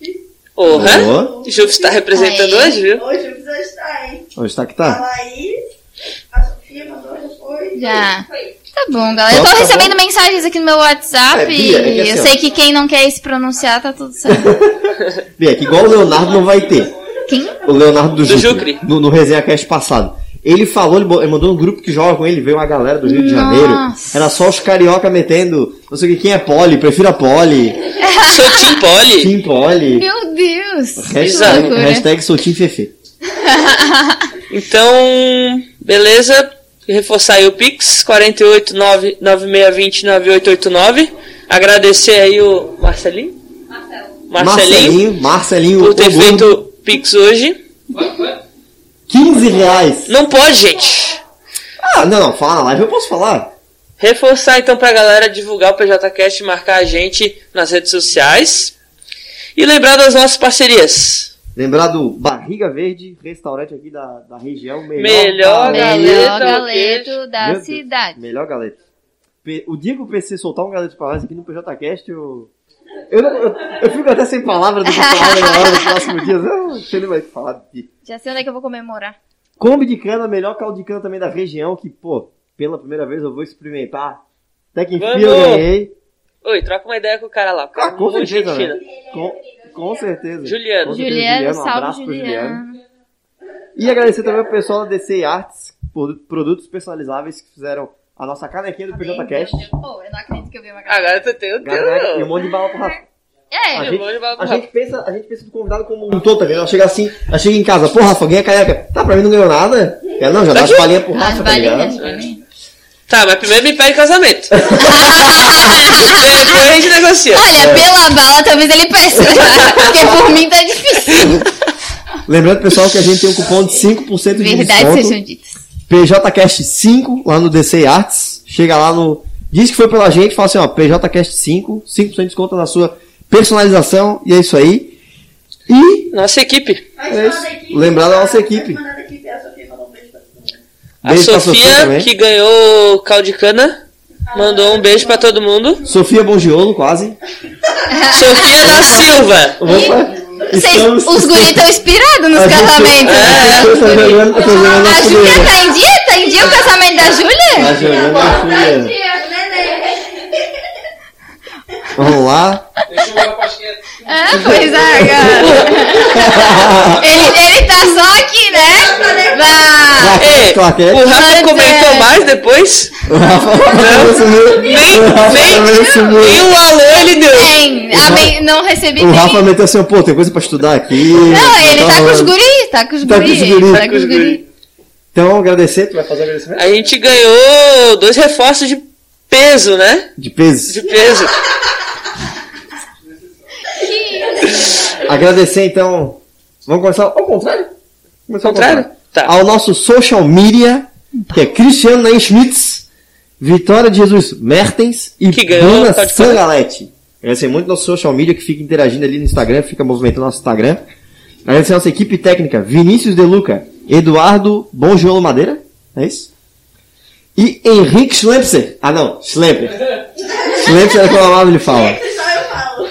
do Jufi. Porra! Boa. Júpiter está representando Aí. hoje, *laughs* viu? Hoje eu preciso estar, hein? Onde tá que A tá? Laís, a Sofia mandou, já foi. Já. Foi. Tá bom, galera. Eu Tá tô bom. recebendo mensagens aqui no meu WhatsApp É, Bia, é que e eu assim, ó. sei que quem não quer se pronunciar tá tudo *laughs* certo. Bia, que igual o Leonardo não vai ter. Quem? O Leonardo do, Do Jucre. Jucre. No, no Resenha Cast passado. Ele falou, ele bo- ele mandou um grupo que joga com ele, veio uma galera do Rio de Janeiro. Nossa. Era só os carioca metendo, não sei o que, quem é pole, prefiro a pole, Sou Tim Poli. Tim pole. Meu Deus! Exato. Hashtag, hashtag sou Tim Fefe. Então, beleza. Reforçar aí o Pix, 489-9620-9889. Agradecer aí o Marcelinho, Marcelo. Marcelinho Marcelinho, Marcelinho, por ter Ogum. feito Pix hoje. Vai, vai. 15 reais. Não pode, gente. Ah, não, não, fala na live, eu posso falar. Reforçar então pra galera divulgar o PJCast e marcar a gente nas redes sociais. E lembrar das nossas parcerias. Lembrar do Barriga Verde, restaurante aqui da, da região. Melhor, Melhor Melhor Galeta, galeto da Meu Deus, cidade. Melhor galeta. Pe- O dia que o PC soltar um galeto pra nós aqui no PJCast, eu. Eu, não- eu, eu fico até sem palavras do que falar na hora dos próximos dias. Eu não sei nem mais o que falar aqui. Já sei onde é que eu vou comemorar. Kombi de cana, melhor caldo de cana também da região, que, pô, pela primeira vez eu vou experimentar. Até que enfim eu Vamos! ganhei. Oi, troca uma ideia com o cara lá. o cara Ah, com é muito certeza, gente fina. né? Com, com certeza. Juliano. Com certeza, Juliano, um abraço salve pro Juliano. E agradecer também ao pessoal da DC Arts, por- produtos personalizáveis que fizeram a nossa canequinha do PJCast. Pô, eu não acredito que eu vi uma Ah, Agora tu tem o Galera, e um teu. monte de bala pro rapaz. É, A Eu gente, vou levar pro a, gente pensa, a gente pensa do convidado como um todo, tá vendo? Ela chega assim, ela chega em casa, pô, Rafa, ganha caneca. Tá, pra mim não ganhou nada. Ela não, já dá as palhinhas pro Uhum. as Rafa, tá balinhas. ligado? balinhas. Tá, mas primeiro me pede *laughs* casamento. Depois a gente negocia. É. Olha, pela bala talvez ele *laughs* peça. Porque por mim tá difícil. Lembrando, pessoal, que a gente tem um cupom de 5% de Verdade desconto. sejam ditas. PJCast 5, lá no DC Arts. Chega lá no... Diz que foi pela gente, fala assim, ó, PJCast 5, 5% de desconto na sua personalização. E é isso aí. E Nossa equipe. A É isso. Lembrar da nossa equipe. A da equipe, a Sofia mandou um beijo pra todo mundo. A Beijo pra Sofia Sofia, também. que ganhou o caldo de cana, mandou um beijo pra todo mundo. Sofia Bongiolo, quase. Sofia da Silva. Opa, Vocês, os guris estão inspirados nos É, É. a gente- casamentos. a gente tá jogando, tá jogando na A Júlia fogueira. tá em dia? Tá em dia o casamento da Tá Júlia? jogando na fogueira. É, Vamos lá. Deixa eu ver a pasquinha. Ah, pois é, cara. Ele, ele tá só aqui, né? Vá. Ei, Rafa Claquete. o Rafa Mas comentou é. mais depois. O Rafa também sumiu. Nem- O Rafa nem- também sumiu. E o alô ele deu. Tem. Ah, bem, não recebi O nem- Rafa meteu assim, pô, tem coisa pra estudar aqui. Não, ele tá com os guris, tá com os Então, Tá com os guris. guri. Tá com os guris. Então, agradecer, tu vai fazer agradecimento? A gente ganhou dois reforços de peso, né? De peso. De peso. Ah. Agradecer, então. Vamos começar ao contrário? Começar ao Contrário? Tá. Ao nosso social media, que é Cristiano Nain Schmitz, Vitória de Jesus Mertens e Que ganhou, Bruna pode falar. Sangalete. Agradecer muito nosso social media que fica interagindo ali no Instagram, fica movimentando nosso Instagram. Agradecer a nossa equipe técnica, Vinícius De Luca, Eduardo Bongiolo Madeira, é isso? E Henrique Schlemper. Ah, não. Schlemper. Schlemper é como a Marvel fala. Sempre só eu falo.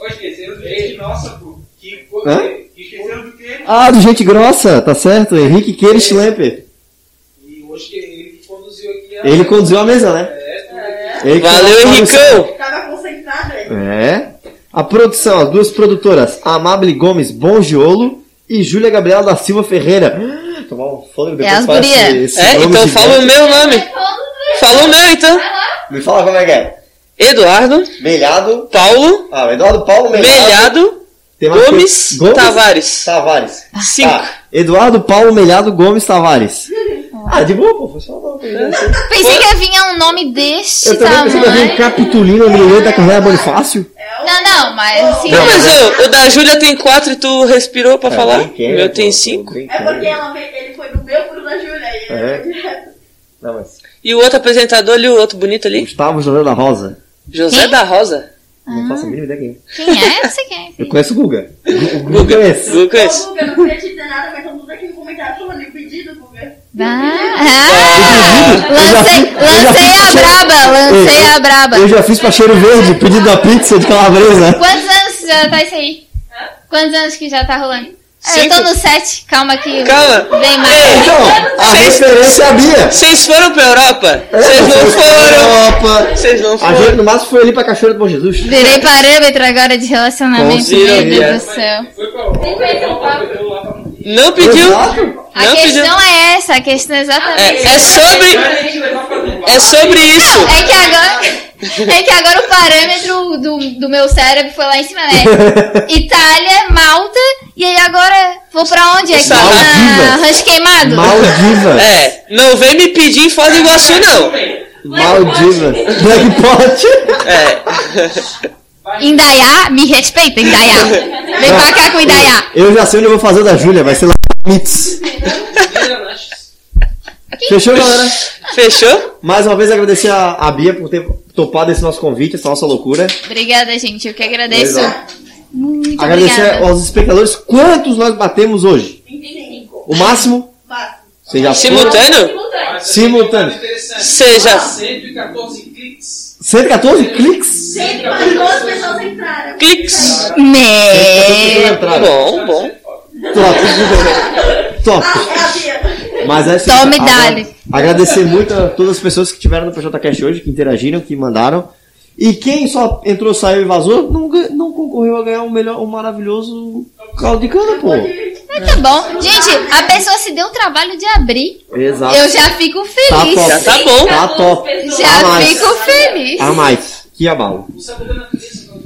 Ou esqueceram do jeito, nossa, pô. Que, Hã? que esqueceram do que Ah, do Gente Grossa, tá certo? Henrique Queiro Schlemper. E hoje que ele que conduziu aqui a... Ele conduziu a mesa, né? É, Ele que Valeu, tava- Henricão! Tava concentrado aí. É. A produção, as duas produtoras, Amable Gomes Bongiolo e Júlia Gabriela da Silva Ferreira. *gasps* Tomar um fôlego depois É as fala guria. esse- esse É, nome então gigante. fala o meu nome. Fala o meu, então. Me fala como é que é. Eduardo, Melhado. Paulo, Ah, Eduardo Paulo Melhado. Melhado, Tem mais Gomes, que- Gomes Tavares. Tavares. Cinco. Tá. Eduardo Paulo Melhado Gomes *laughs* Tavares. Ah, de boa, pô. Foi só uma Pensei que ia vir um nome deste Eu também pensei que havia um tamanho. Capitulino no meio da carreira Bonifácio. É Não, não, mas assim. Não, é- mas o, o da Júlia tem quatro e tu respirou pra falar? bem quero, o meu tem É, pô, cinco. bem É quero. porque ela veio- ele foi do meu pro da Júlia. E ele É. foi direto. Não, É mas... E o outro apresentador ali, o outro bonito ali? Gustavo José da Rosa. José Quem? da Rosa. Não Ah. faço a mínima ideia quem é. Quem é? Não sei quem é. Eu conheço o Guga. O Guga é esse. Lucas. Ô, Guga, eu não queria te dizer nada, mas estão tudo aqui no comentário falando e pedido, Guga. eu já fui- eu já Ah, ah, lancei, lancei a fui- braba, lancei Ei, a braba. Eu já fiz pra cheiro verde, pedindo a pizza de calabresa. Quantos anos já tá isso aí? Quantos anos que já tá rolando? Ah, eu tô Cinco. no 7, calma aqui. Calma. Vem mais. Ei, Então, a Vocês- referência sabia. Vocês foram pra É. Europa? Vocês não foram! Opa. Vocês não A foram! gente no máximo foi ali pra Cachoeira do Bom Jesus. Virei parâmetro agora de relacionamento, Conseguiu, meu viado. Deus do céu. Foi pra Europa, eu lá pra Não pediu? Exato. A Não pediu? questão é essa, a questão é É, exatamente. é sobre. É sobre isso! É que agora, é que agora o parâmetro do, do meu cérebro foi lá em cima, né? Itália, Malta, e aí agora vou pra onde? Aqui na Maldivas. Rancho Queimado? Maldiva. É, não vem me pedir em Foz do Iguaçu, não! É. Maldiva. Blackpot. É. *laughs* Indaiá, me respeita, Indaiá. Vem pra cá com Indaiá. Eu já sei onde eu vou fazer o da Júlia, vai ser lá. Mits. Fechou, galera? Fechou? Mais uma vez agradecer a, a Bia por ter topado esse nosso convite, essa nossa loucura. Obrigada, gente. Eu que agradeço. Legal. Muito Agradecer obrigada. aos espectadores quantos nós batemos hoje. 25. O máximo? Máximo. Você já Simultâneo? Simultâneo. Seja. 114 cliques. 114 cliques? Sempre mais duas pessoas entraram. Cliques! Me... É, Tá. Bom, bom. Top. Top. Ah, é a Bia. Mas é isso. Tome Agra- dale. Agradecer muito a todas as pessoas que tiveram no PJCast hoje, que interagiram, que mandaram. E quem só entrou, saiu e vazou, não, gan- não concorreu a ganhar um melhor, um maravilhoso caldo de cana, pô. Tá bom. Gente, a pessoa se deu o trabalho de abrir. Exato. Eu já fico feliz. Tá top. Já tá bom. Tá top. Já Ah, mas- fico feliz. A Ah, mais. Que abalo. Não sabe dando a cabeça, não.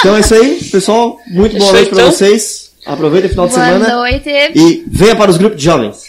Então é isso aí, pessoal. Muito boa Isso noite pra então. vocês. Aproveitem o final de Boa semana. noite. E venha para os grupos de jovens.